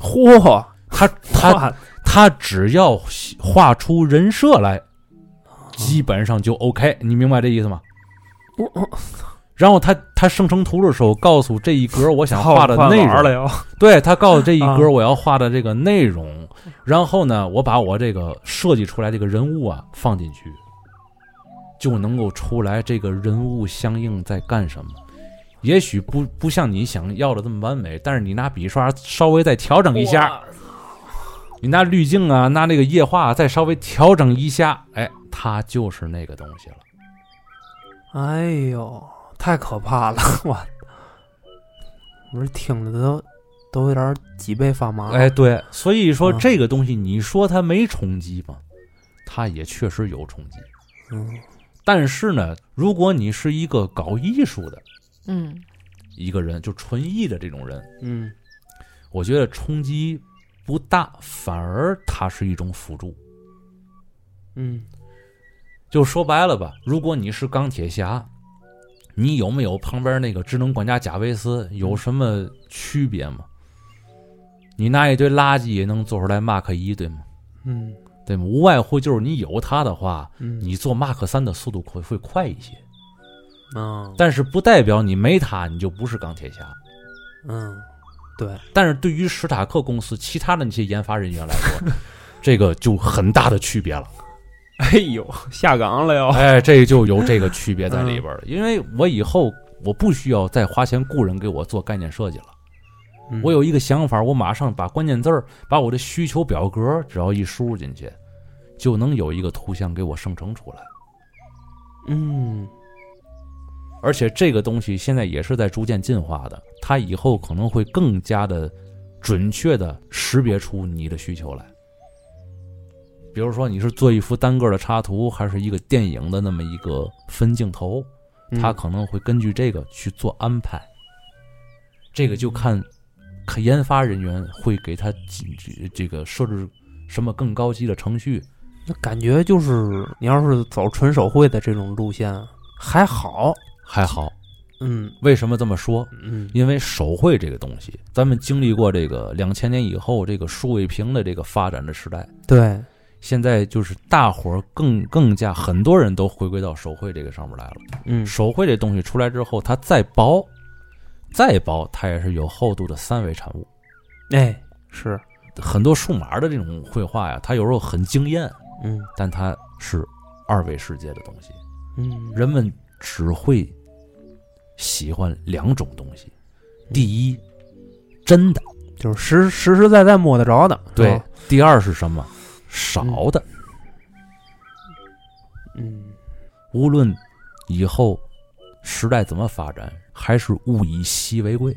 [SPEAKER 3] 嚯，
[SPEAKER 1] 他他
[SPEAKER 3] 哇
[SPEAKER 1] 他只要画出人设来，基本上就 OK，你明白这意思吗？
[SPEAKER 3] 我我
[SPEAKER 1] 然后他他生成图的时候，告诉这一格我想画的
[SPEAKER 3] 换
[SPEAKER 1] 内
[SPEAKER 3] 玩儿了
[SPEAKER 1] 容，
[SPEAKER 3] 又，
[SPEAKER 1] 对他告诉这一格
[SPEAKER 3] 啊
[SPEAKER 1] 我要画的这个内容，然后呢，我把我这个设计出来这个人物啊放进去，就能够出来这个人物相应在干什么。也许不不像你想要的这么完美，但是你拿笔刷稍微再调整一下，你拿滤镜啊，拿那个液化啊再稍微调整一下，哎，它就是那个东西了。
[SPEAKER 3] 哎呦，太可怕了！ 我我是听着都都有点脊背发麻。
[SPEAKER 1] 哎，，对，所以说
[SPEAKER 3] 啊嗯
[SPEAKER 1] 这个东西，你说它没冲击吧，它也确实有冲击。
[SPEAKER 3] 嗯
[SPEAKER 1] 但是呢，如果你是一个搞艺术的
[SPEAKER 2] 嗯
[SPEAKER 1] 一个人，就纯艺的这种人，
[SPEAKER 3] 嗯
[SPEAKER 1] 我觉得冲击不大，反而它是一种辅助。
[SPEAKER 3] 嗯
[SPEAKER 1] 就说白了吧，如果你是钢铁侠，你有没有旁边那个智能管家贾维斯有什么区别吗？你拿一堆垃圾也能做出来 Mark 一，对吗？
[SPEAKER 3] 嗯
[SPEAKER 1] 对吗？无外乎就是你有它的话，
[SPEAKER 3] 嗯，
[SPEAKER 1] 你做 Mark 三的速度会会快一些，
[SPEAKER 3] 嗯
[SPEAKER 1] 但是不代表你没它你就不是钢铁侠。
[SPEAKER 3] 嗯，对，
[SPEAKER 1] 但是对于史塔克公司其他的那些研发人员来说，这个就很大的区别了。
[SPEAKER 3] 哎呦，下岗了又。
[SPEAKER 1] 哎，这就有这个区别在里边了。因为我以后我不需要再花钱雇人给我做概念设计了，
[SPEAKER 3] 嗯
[SPEAKER 1] 我有一个想法，我马上把关键字儿、把我的需求表格只要一输入进去，就能有一个图像给我生成出来。
[SPEAKER 3] 嗯
[SPEAKER 1] 而且这个东西现在也是在逐渐进化的，它以后可能会更加的准确的识别出你的需求来。比如说，你是做一幅单个的插图，还是一个电影的那么一个分镜头，
[SPEAKER 3] 嗯
[SPEAKER 1] 它可能会根据这个去做安排。这个就看，看研发人员会给他这这个设置什么更高级的程序，
[SPEAKER 3] 那感觉就是你要是走纯手绘的这种路线还好。
[SPEAKER 1] 还好。
[SPEAKER 3] 嗯
[SPEAKER 1] 为什么这么说？
[SPEAKER 3] 嗯
[SPEAKER 1] 因为手绘这个东西，咱们经历过这个两千年以后这个数位屏的这个发展的时代，
[SPEAKER 3] 对，
[SPEAKER 1] 现在就是大伙儿更更加很多人都回归到手绘这个上面来了。
[SPEAKER 3] 嗯
[SPEAKER 1] 手绘这东西出来之后，它再薄，再薄它也是有厚度的三维产物。
[SPEAKER 3] 哎是
[SPEAKER 1] 很多数码的这种绘画呀，它有时候很惊艳，
[SPEAKER 3] 嗯
[SPEAKER 1] 但它是二维世界的东西。
[SPEAKER 3] 嗯
[SPEAKER 1] 人们只会喜欢两种东西，第一，真的。
[SPEAKER 3] 就是实实实在在摸得着的。啊是
[SPEAKER 1] 对
[SPEAKER 3] 吧，
[SPEAKER 1] 第二是什么？少的，
[SPEAKER 3] 嗯
[SPEAKER 1] 无论以后时代怎么发展，还是物以稀为贵。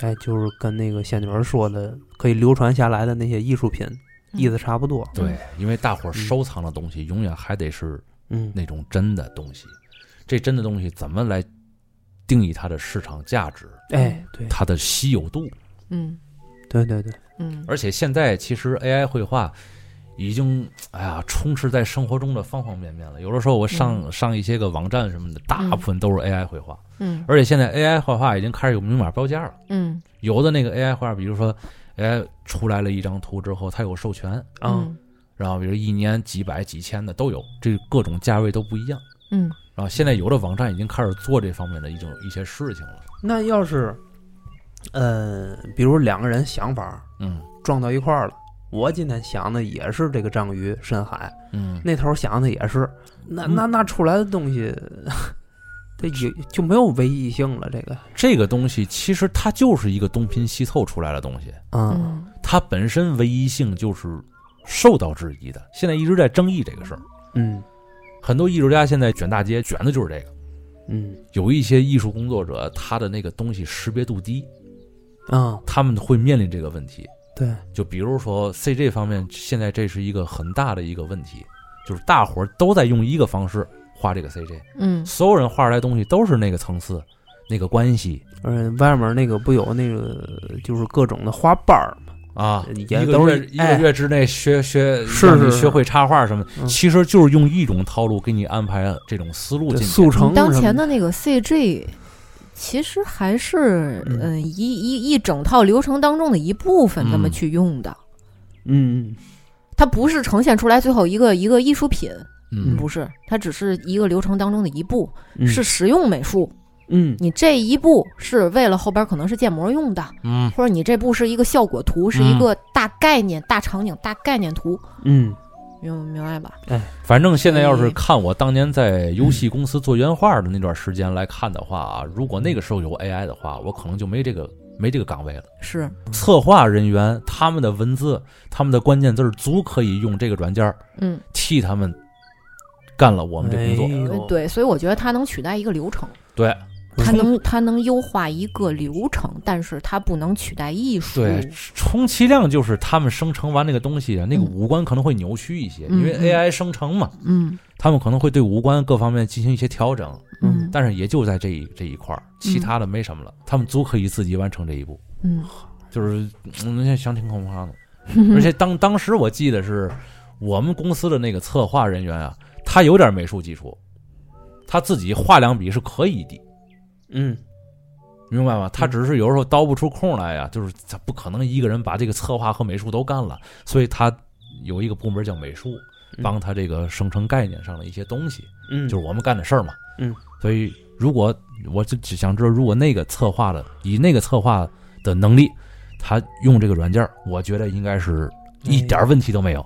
[SPEAKER 3] 哎，就是跟那个仙女儿说的，可以流传下来的那些艺术品，意思差不多。
[SPEAKER 1] 对，因为大伙儿
[SPEAKER 3] 嗯
[SPEAKER 1] 收藏的东西永远还得是
[SPEAKER 3] 嗯，
[SPEAKER 1] 那种真的东西。这真的东西怎么来定义它的市场价值、
[SPEAKER 3] 哎，对
[SPEAKER 1] 它的稀有度？
[SPEAKER 2] 嗯
[SPEAKER 3] 对对对，
[SPEAKER 2] 嗯
[SPEAKER 1] 而且现在其实 AI 绘画已经哎呀充斥在生活中的方方面面了。有的时候我上、上一些个网站什么的，大部分都是 AI 绘画，
[SPEAKER 2] 嗯
[SPEAKER 1] 而且现在 AI 绘画已经开始有明码标价了。
[SPEAKER 2] 嗯
[SPEAKER 1] 有的那个 AI 画，比如说 AI 出来了一张图之后，它有授权，
[SPEAKER 3] 啊，
[SPEAKER 2] 嗯
[SPEAKER 1] 然后比如一年几百几千的都有，这各种价位都不一样。
[SPEAKER 2] 嗯
[SPEAKER 1] 然后现在有的网站已经开始做这方面的一种一些事情了。
[SPEAKER 3] 那要是，呃，比如两个人想法
[SPEAKER 1] 嗯
[SPEAKER 3] 撞到一块儿了，我今天想的也是这个章鱼深海，
[SPEAKER 1] 嗯，
[SPEAKER 3] 那头想的也是，那那那出来的东西， 它也就没有唯一性了。这个，
[SPEAKER 1] 这个东西其实它就是一个东拼西凑出来的东西，
[SPEAKER 3] 嗯
[SPEAKER 2] 嗯
[SPEAKER 1] 它本身唯一性就是受到质疑的。现在一直在争议这个事儿，
[SPEAKER 3] 嗯
[SPEAKER 1] 很多艺术家现在卷大街卷的就是这个。
[SPEAKER 3] 嗯
[SPEAKER 1] 有一些艺术工作者，他的那个东西识别度低，
[SPEAKER 3] 啊，
[SPEAKER 1] 他们会面临这个问题。
[SPEAKER 3] 对，
[SPEAKER 1] 就比如说 CG 方面，现在这是一个很大的一个问题，就是大伙儿都在用一个方式画这个 CG，
[SPEAKER 2] 嗯
[SPEAKER 1] 所有人画出来的东西都是那个层次、那个关系
[SPEAKER 3] 而且外面那个不有那个就是各种的花瓣儿嘛，
[SPEAKER 1] 啊，
[SPEAKER 3] 也
[SPEAKER 1] 一个
[SPEAKER 3] 都
[SPEAKER 1] 月
[SPEAKER 3] 是
[SPEAKER 1] 一
[SPEAKER 3] 哎
[SPEAKER 1] 个月之内学学
[SPEAKER 3] 是
[SPEAKER 1] 让你
[SPEAKER 3] 是是
[SPEAKER 1] 学会插画什么的，
[SPEAKER 3] 嗯
[SPEAKER 1] 其实就是用一种套路给你安排这种思路
[SPEAKER 3] 对
[SPEAKER 1] 进去。
[SPEAKER 3] 速成
[SPEAKER 2] 当
[SPEAKER 3] 什么
[SPEAKER 2] 前的那个 CG 其实还是
[SPEAKER 3] 嗯
[SPEAKER 2] 嗯一一一整套流程当中的一部分，这么
[SPEAKER 1] 嗯
[SPEAKER 2] 去用的。
[SPEAKER 3] 嗯
[SPEAKER 2] 它不是呈现出来最后一个一个艺术品，
[SPEAKER 1] 嗯
[SPEAKER 2] 不是，它只是一个流程当中的一步，
[SPEAKER 3] 嗯
[SPEAKER 2] 是实用美术。
[SPEAKER 3] 嗯
[SPEAKER 2] 你这一步是为了后边可能是建模用的，
[SPEAKER 1] 嗯
[SPEAKER 2] 或者你这步是一个效果图，是一个大概念、大场景、大概念图，
[SPEAKER 3] 嗯
[SPEAKER 2] 明明白吧？
[SPEAKER 1] 反正现在要是看我当年在游戏公司做原画的那段时间来看的话啊，如果那个时候有 AI 的话，我可能就没这个没这个岗位了。
[SPEAKER 2] 是，
[SPEAKER 1] 策划人员他们的文字、他们的关键字儿足可以用这个软件儿
[SPEAKER 2] 嗯，
[SPEAKER 1] 替他们干了我们这工作。
[SPEAKER 3] 哎呦
[SPEAKER 2] 呃对，所以我觉得它能取代一个流程，
[SPEAKER 1] 对
[SPEAKER 2] 它能它能优化一个流程，但是它不能取代艺术。
[SPEAKER 1] 对，充其量就是他们生成完那个东西，啊那个
[SPEAKER 2] 嗯
[SPEAKER 1] 五官可能会扭曲一些，
[SPEAKER 2] 嗯
[SPEAKER 1] 因为
[SPEAKER 2] 嗯
[SPEAKER 1] AI 生成嘛，
[SPEAKER 2] 嗯
[SPEAKER 1] 他们可能会对五官各方面进行一些调整，
[SPEAKER 2] 嗯
[SPEAKER 1] 但是也就在这一这一块儿，其他的没什么了，他们足可以自己完成这一步。
[SPEAKER 2] 嗯，
[SPEAKER 1] 就是嗯，现在想挺恐怕的。而且当当时我记得是我们公司的那个策划人员啊，他有点美术基础，他自己画两笔是可以的，
[SPEAKER 3] 嗯
[SPEAKER 1] 明白吗？他只是有时候叨不出空来呀、就是他不可能一个人把这个策划和美术都干了，所以他有一个部门叫美术，帮他这个生成概念上的一些东西，
[SPEAKER 3] 嗯
[SPEAKER 1] 就是我们干的事儿嘛。
[SPEAKER 3] 嗯，
[SPEAKER 1] 所以如果我就只想知道，如果那个策划的以那个策划的能力，他用这个软件儿，我觉得应该是一点儿问题都没有。
[SPEAKER 3] 哎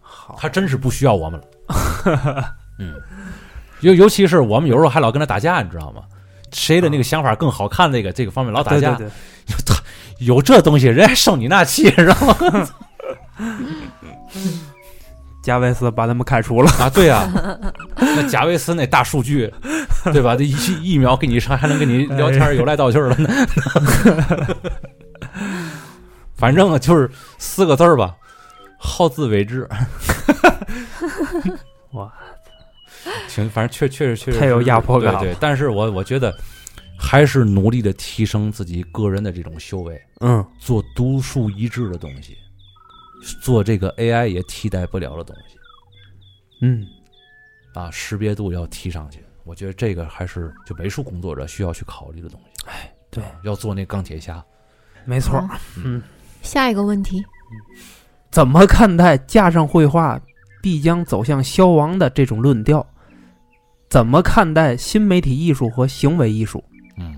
[SPEAKER 3] 好，
[SPEAKER 1] 哎他真是不需要我们了。 嗯，尤尤其是我们有时候还老跟他打架，你知道吗？谁的那个想法更好看，那个这个方面老打
[SPEAKER 3] 对
[SPEAKER 1] 架，
[SPEAKER 3] 对对，
[SPEAKER 1] 有这东西，人还生你那气，知道吗？
[SPEAKER 3] 加维斯把他们开除了，
[SPEAKER 1] 啊，对呀、那贾维斯那大数据，对吧？这一一秒给你上，还能跟你聊天
[SPEAKER 3] 哎
[SPEAKER 1] 儿，有来道气儿了呢。 反正啊，就是四个字儿吧，好自为之。
[SPEAKER 3] 哇，
[SPEAKER 1] 挺，反正确确实确实
[SPEAKER 3] 太有压迫感了
[SPEAKER 1] 对对，但是我我觉得还是努力的提升自己个人的这种修为，
[SPEAKER 3] 嗯
[SPEAKER 1] 做独树一帜的东西，做这个 AI 也替代不了的东西。
[SPEAKER 3] 嗯
[SPEAKER 1] 啊，识别度要提上去。我觉得这个还是就美术工作者需要去考虑的东西。
[SPEAKER 2] 哎
[SPEAKER 1] 啊
[SPEAKER 3] 对，
[SPEAKER 1] 要做那钢铁侠，
[SPEAKER 3] 没错儿，
[SPEAKER 2] 好
[SPEAKER 3] 嗯。
[SPEAKER 2] 下一个问题，
[SPEAKER 3] 怎么看待加上绘画必将走向消亡的这种论调？怎么看待新媒体艺术和行为艺术？
[SPEAKER 1] 嗯，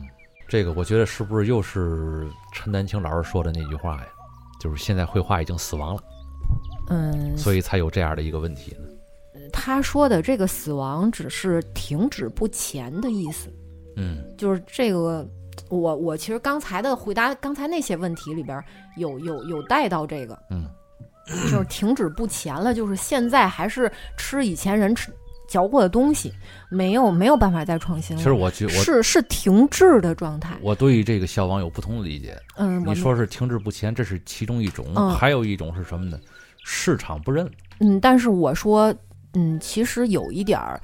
[SPEAKER 1] 这个我觉得是不是又是陈丹青老师说的那句话呀？就是现在绘画已经死亡了，
[SPEAKER 2] 嗯，
[SPEAKER 1] 所以才有这样的一个问题呢。嗯
[SPEAKER 2] 他说的这个死亡只是停止不前的意思，
[SPEAKER 1] 嗯
[SPEAKER 2] 就是这个。我我其实刚才的回答，刚才那些问题里边儿有有有带到这个，
[SPEAKER 1] 嗯，
[SPEAKER 2] 就是停止不前了，就是现在还是吃以前人吃嚼过的东西，没有没有办法再创新
[SPEAKER 1] 其
[SPEAKER 2] 了，
[SPEAKER 1] 实我觉我
[SPEAKER 2] 是是停滞的状态。
[SPEAKER 1] 我对于这个消亡有不同的理解。
[SPEAKER 2] 嗯，我
[SPEAKER 1] 你说是停滞不前，这是其中一种，
[SPEAKER 2] 嗯
[SPEAKER 1] 还有一种是什么呢？市场不认。
[SPEAKER 2] 嗯，但是我说，嗯，其实有一点儿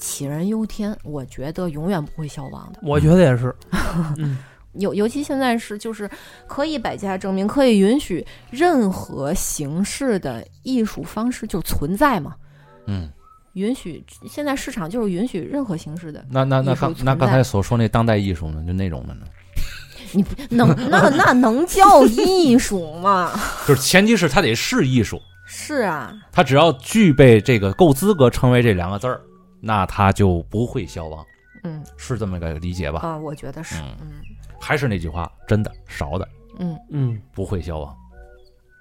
[SPEAKER 2] 杞人忧天，我觉得永远不会消亡的。
[SPEAKER 3] 我觉得也是，
[SPEAKER 2] 尤尤其现在是就是可以百家争鸣，可以允许任何形式的艺术方式就存在嘛，
[SPEAKER 1] 嗯，
[SPEAKER 2] 允许现在市场就是允许任何形式的，
[SPEAKER 1] 那那那
[SPEAKER 2] 艺术
[SPEAKER 1] 刚
[SPEAKER 2] 存
[SPEAKER 1] 那刚
[SPEAKER 2] 在
[SPEAKER 1] 才所说那当代艺术呢，就那种 的呢，
[SPEAKER 2] 能那那能叫艺术吗？
[SPEAKER 1] 就是前提是它得是艺术，
[SPEAKER 2] 是啊，
[SPEAKER 1] 它只要具备这个够资格成为这两个字儿，那它就不会消亡，
[SPEAKER 2] 嗯
[SPEAKER 1] 是这么个理解吧？
[SPEAKER 2] 啊，我觉得是，嗯
[SPEAKER 1] 还是那句话，真的少的
[SPEAKER 2] 嗯
[SPEAKER 3] 嗯，
[SPEAKER 1] 不会消亡，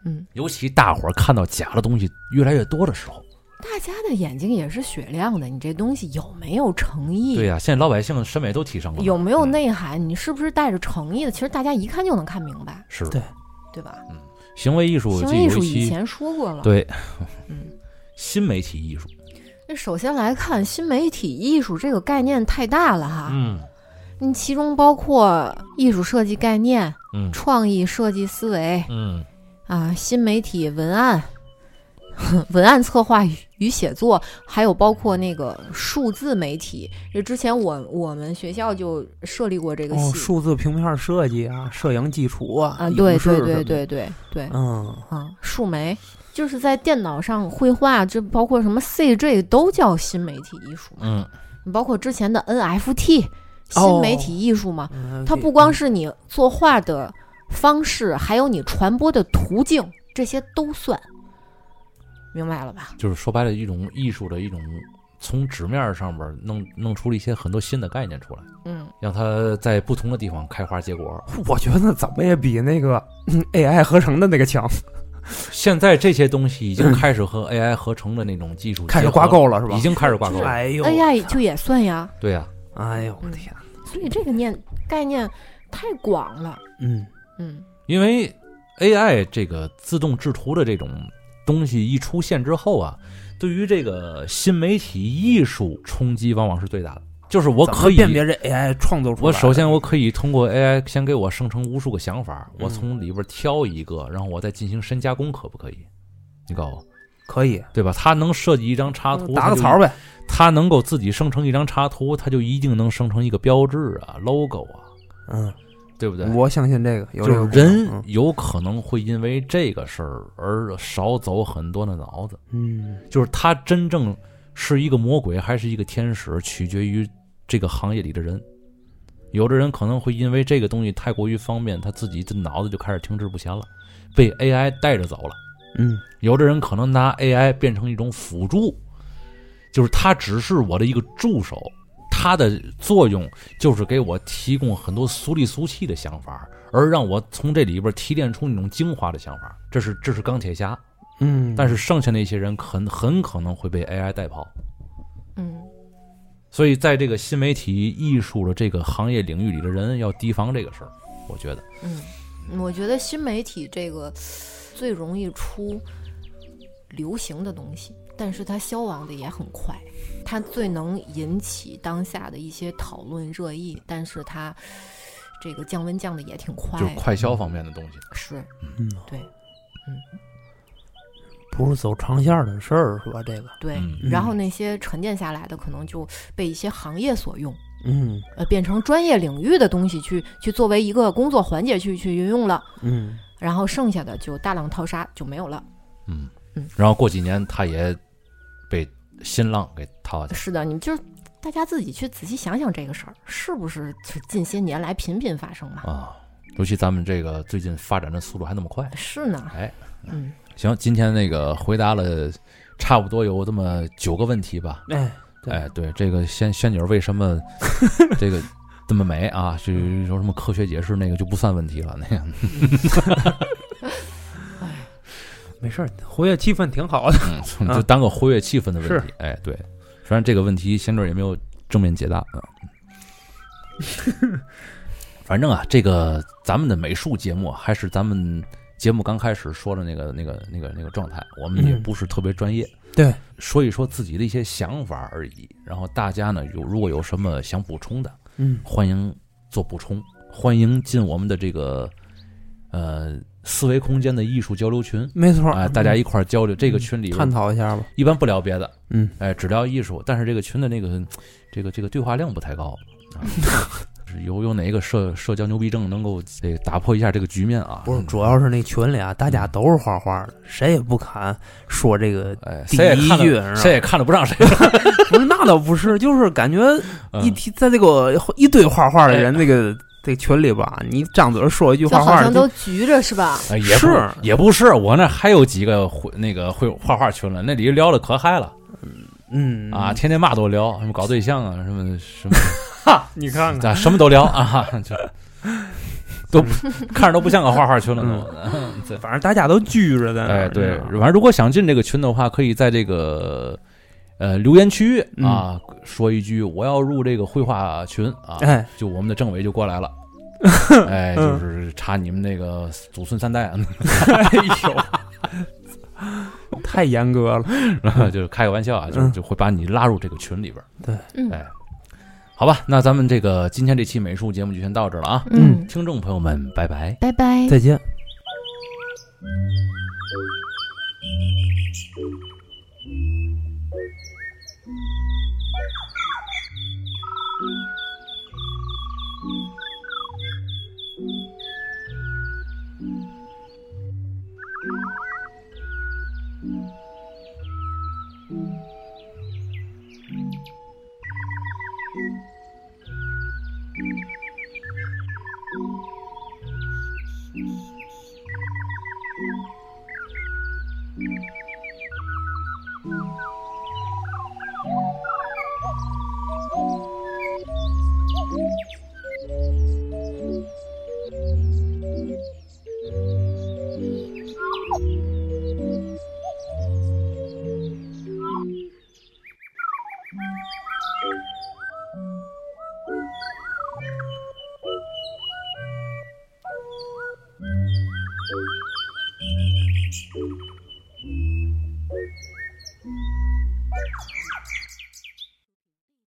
[SPEAKER 2] 嗯，
[SPEAKER 1] 尤其大伙儿看到假的东西越来越多的时候，
[SPEAKER 2] 大家的眼睛也是雪亮的，你这东西有没有诚意？
[SPEAKER 1] 对呀、现在老百姓的审美都提升了嘛，
[SPEAKER 2] 嗯有没有
[SPEAKER 1] 嗯
[SPEAKER 2] 内涵？你是不是带着诚意的？其实大家一看就能看明白，
[SPEAKER 1] 是
[SPEAKER 3] 对
[SPEAKER 2] 对吧？
[SPEAKER 1] 行为艺术
[SPEAKER 2] 行
[SPEAKER 1] 这
[SPEAKER 2] 为艺
[SPEAKER 1] 有
[SPEAKER 2] 术
[SPEAKER 1] 一
[SPEAKER 2] 以
[SPEAKER 1] 期
[SPEAKER 2] 前说过了，，
[SPEAKER 1] 对
[SPEAKER 2] 嗯，
[SPEAKER 1] 新媒体艺术，
[SPEAKER 2] 那首先来看新媒体艺术这个概念太大了哈，
[SPEAKER 1] 嗯
[SPEAKER 2] 你其中包括艺术设计概念、
[SPEAKER 1] 嗯
[SPEAKER 2] 创意设计思维
[SPEAKER 1] 嗯
[SPEAKER 2] 啊、新媒体文案、 文案策划与与写作，还有包括那个数字媒体。这之前我我们学校就设立过这个
[SPEAKER 3] 哦，
[SPEAKER 2] 系、
[SPEAKER 3] 数字平面设计啊，摄影基础啊，
[SPEAKER 2] 啊，
[SPEAKER 3] 影
[SPEAKER 2] 对
[SPEAKER 3] 视
[SPEAKER 2] 对
[SPEAKER 3] 什
[SPEAKER 2] 对
[SPEAKER 3] 么的，
[SPEAKER 2] 对对对，
[SPEAKER 3] 嗯，
[SPEAKER 2] 啊，树莓就是在电脑上绘画，这包括什么 CG 都叫新媒体艺术嘛，
[SPEAKER 1] 嗯，
[SPEAKER 2] 包括之前的 NFT 新媒体艺术嘛，
[SPEAKER 3] 嗯
[SPEAKER 2] 它不光是你作画的方式，还有你传播的途径，这些都算，明白了吧？
[SPEAKER 1] 就是说白了，一种艺术的一种从纸面上面弄弄出了一些很多新的概念出来，
[SPEAKER 2] 嗯，
[SPEAKER 1] 让它在不同的地方开花结果。
[SPEAKER 3] 我觉得怎么也比那个嗯 AI 合成的那个强，
[SPEAKER 1] 现在这些东西已经开始 和 AI 合成的那种技术
[SPEAKER 3] 开始
[SPEAKER 1] 结合
[SPEAKER 3] 挂钩了是吧
[SPEAKER 1] 已？经开始挂钩了。
[SPEAKER 3] 哎呦
[SPEAKER 2] AI 就也算呀，
[SPEAKER 1] 对啊呀、
[SPEAKER 3] 哎呦我的天，
[SPEAKER 2] 所以这个念概念太广了，
[SPEAKER 3] 嗯
[SPEAKER 2] 嗯
[SPEAKER 1] 因为 AI 这个自动制图的这种东西一出现之后啊，对于这个新媒体艺术冲击往往是最大的。就是我可以
[SPEAKER 3] 怎么辨别这 AI 创作出来
[SPEAKER 1] 我
[SPEAKER 3] 的，
[SPEAKER 1] 首先我可以通过 AI 先给我生成无数个想法，
[SPEAKER 3] 嗯
[SPEAKER 1] 我从里边挑一个，然后我再进行深加工，可不可以？你告诉我，
[SPEAKER 3] 可以
[SPEAKER 1] 对吧？它能设计一张插图，
[SPEAKER 3] 嗯打
[SPEAKER 1] 它
[SPEAKER 3] 个
[SPEAKER 1] 就
[SPEAKER 3] 槽呗，
[SPEAKER 1] 它能够自己生成一张插图，它就一定能生成一个标志啊、logo 啊，
[SPEAKER 3] 嗯，
[SPEAKER 1] 对不对？
[SPEAKER 3] 我相信这个有
[SPEAKER 1] 就
[SPEAKER 3] 这个
[SPEAKER 1] 是
[SPEAKER 3] 功能嗯
[SPEAKER 1] 人有可能会因为这个事儿而少走很多的脑子，
[SPEAKER 3] 嗯嗯
[SPEAKER 1] 就是他真正是一个魔鬼还是一个天使，取决于这个行业里的人。有的人可能会因为这个东西太过于方便，他自己的脑子就开始停滞不前了，被 AI 带着走了。
[SPEAKER 3] 嗯
[SPEAKER 1] 有的人可能拿 AI 变成一种辅助，就是它只是我的一个助手，它的作用就是给我提供很多俗里俗气的想法，而让我从这里边提炼出那种精华的想法。这是这是钢铁侠，
[SPEAKER 3] 嗯，
[SPEAKER 1] 但
[SPEAKER 3] 是
[SPEAKER 1] 是剩下那些人很很可能会被 AI 带跑。
[SPEAKER 2] 嗯，
[SPEAKER 1] 所以，在这个新媒体艺术的这个行业领域里的人要提防这个事儿，我觉得。
[SPEAKER 2] 嗯，我觉得新媒体这个最容易出流行的东西，但是它消亡的也很快。它最能引起当下的一些讨论热议，但是它这个降温降的也挺快
[SPEAKER 1] 就
[SPEAKER 2] 的，
[SPEAKER 1] 是快消方面的东西，
[SPEAKER 2] 是
[SPEAKER 3] 嗯
[SPEAKER 2] 对
[SPEAKER 3] 不是走长线儿的事儿是吧？这个
[SPEAKER 2] 对。
[SPEAKER 1] 嗯
[SPEAKER 2] 然后那些沉淀下来的，可能就被一些行业所用，
[SPEAKER 3] 嗯
[SPEAKER 2] 呃，变成专业领域的东西去去作为一个工作环节去去运用了，
[SPEAKER 3] 嗯
[SPEAKER 2] 然后剩下的就大浪淘沙就没有了。
[SPEAKER 1] 嗯
[SPEAKER 2] 嗯，
[SPEAKER 1] 然后过几年他也被新浪给淘汰。
[SPEAKER 2] 是的，你就是大家自己去仔细想想这个事儿，是不是就近些年来频频发生嘛？
[SPEAKER 1] 啊，尤其咱们这个最近发展的速度还那么快。
[SPEAKER 2] 是呢，
[SPEAKER 1] 哎，
[SPEAKER 2] 嗯，
[SPEAKER 1] 行，今天那个回答了差不多有这么九个问题吧。
[SPEAKER 3] 哎对
[SPEAKER 1] 哎，对，这个仙仙女为什么这个这么美啊？是有什么科学解释？那个就不算问题了。那个，
[SPEAKER 3] 没事儿，活跃气氛挺好的，
[SPEAKER 1] 嗯，就当个活跃气氛的问题。哎，对，虽然这个问题仙女也没有正面解答啊。 反正啊，这个咱们的美术节目啊还是咱们节目刚开始说的那个、那个、那个、那个状态，我们也
[SPEAKER 3] 嗯
[SPEAKER 1] 不是特别专业，
[SPEAKER 3] 对，
[SPEAKER 1] 说一说自己的一些想法而已。然后大家呢，有如果有什么想补充的，
[SPEAKER 3] 嗯
[SPEAKER 1] 欢迎做补充，欢迎进我们的这个呃思维空间的艺术交流群
[SPEAKER 3] 没错
[SPEAKER 1] 啊、
[SPEAKER 3] 儿，
[SPEAKER 1] 大家一块儿交流。这个群里边
[SPEAKER 3] 嗯探讨一下吧，
[SPEAKER 1] 一般不聊别的，
[SPEAKER 3] 嗯
[SPEAKER 1] 哎，只聊艺术，但是这个群的那个这个这个对话量不太高。啊 有有哪一个社社交牛逼症能够这打破一下这个局面啊？
[SPEAKER 3] 不是，主要是那群里啊，大家都是画画
[SPEAKER 1] 嗯
[SPEAKER 3] 的，谁也不敢说这个
[SPEAKER 1] 哎，
[SPEAKER 3] 第
[SPEAKER 1] 谁也
[SPEAKER 3] 一
[SPEAKER 1] 看
[SPEAKER 3] 句
[SPEAKER 1] 得
[SPEAKER 3] 是吧
[SPEAKER 1] 谁也看得不上 谁。
[SPEAKER 3] 不是，那倒不是， 就是感觉
[SPEAKER 1] 嗯哎
[SPEAKER 3] 一提在这个一堆画画的人那个这群里吧，你张嘴说一句
[SPEAKER 2] 就
[SPEAKER 3] 画
[SPEAKER 2] 好
[SPEAKER 3] 画
[SPEAKER 2] 像
[SPEAKER 3] 的，
[SPEAKER 2] 都局着是吧？
[SPEAKER 1] 哎也不
[SPEAKER 3] 是
[SPEAKER 1] 也不是，我那还有几个会那个会画画群了，那里聊的可嗨了
[SPEAKER 3] 嗯
[SPEAKER 1] 啊，，天天嘛都聊，什么搞对象啊，什么什么，
[SPEAKER 3] 哈，你看看，
[SPEAKER 1] 咱什么都聊啊，就都不看着都不像个画画群了
[SPEAKER 3] 嗯
[SPEAKER 1] 都。嗯对，
[SPEAKER 3] 反正大家都拘着在那儿
[SPEAKER 1] 哎，对，
[SPEAKER 3] 你知道
[SPEAKER 1] 反正如果想进这个群的话，可以在这个呃留言区
[SPEAKER 3] 嗯
[SPEAKER 1] 域啊、说一句“我要入这个绘画群”啊，
[SPEAKER 3] 吗哎，嗯
[SPEAKER 1] 就我们的政委就过来了。哎，就是查你们那个祖孙三代， 啊
[SPEAKER 3] 哎呦，太严格了，
[SPEAKER 1] 然后 就是开个玩笑啊，就
[SPEAKER 3] 嗯
[SPEAKER 1] 就会把你拉入这个群里边儿。
[SPEAKER 2] 嗯
[SPEAKER 1] 哎，好吧，那咱们这个今天这期美术节目就先到这儿了啊，
[SPEAKER 2] 嗯，
[SPEAKER 1] 听众朋友们，拜拜。
[SPEAKER 2] 拜拜。
[SPEAKER 3] 再见。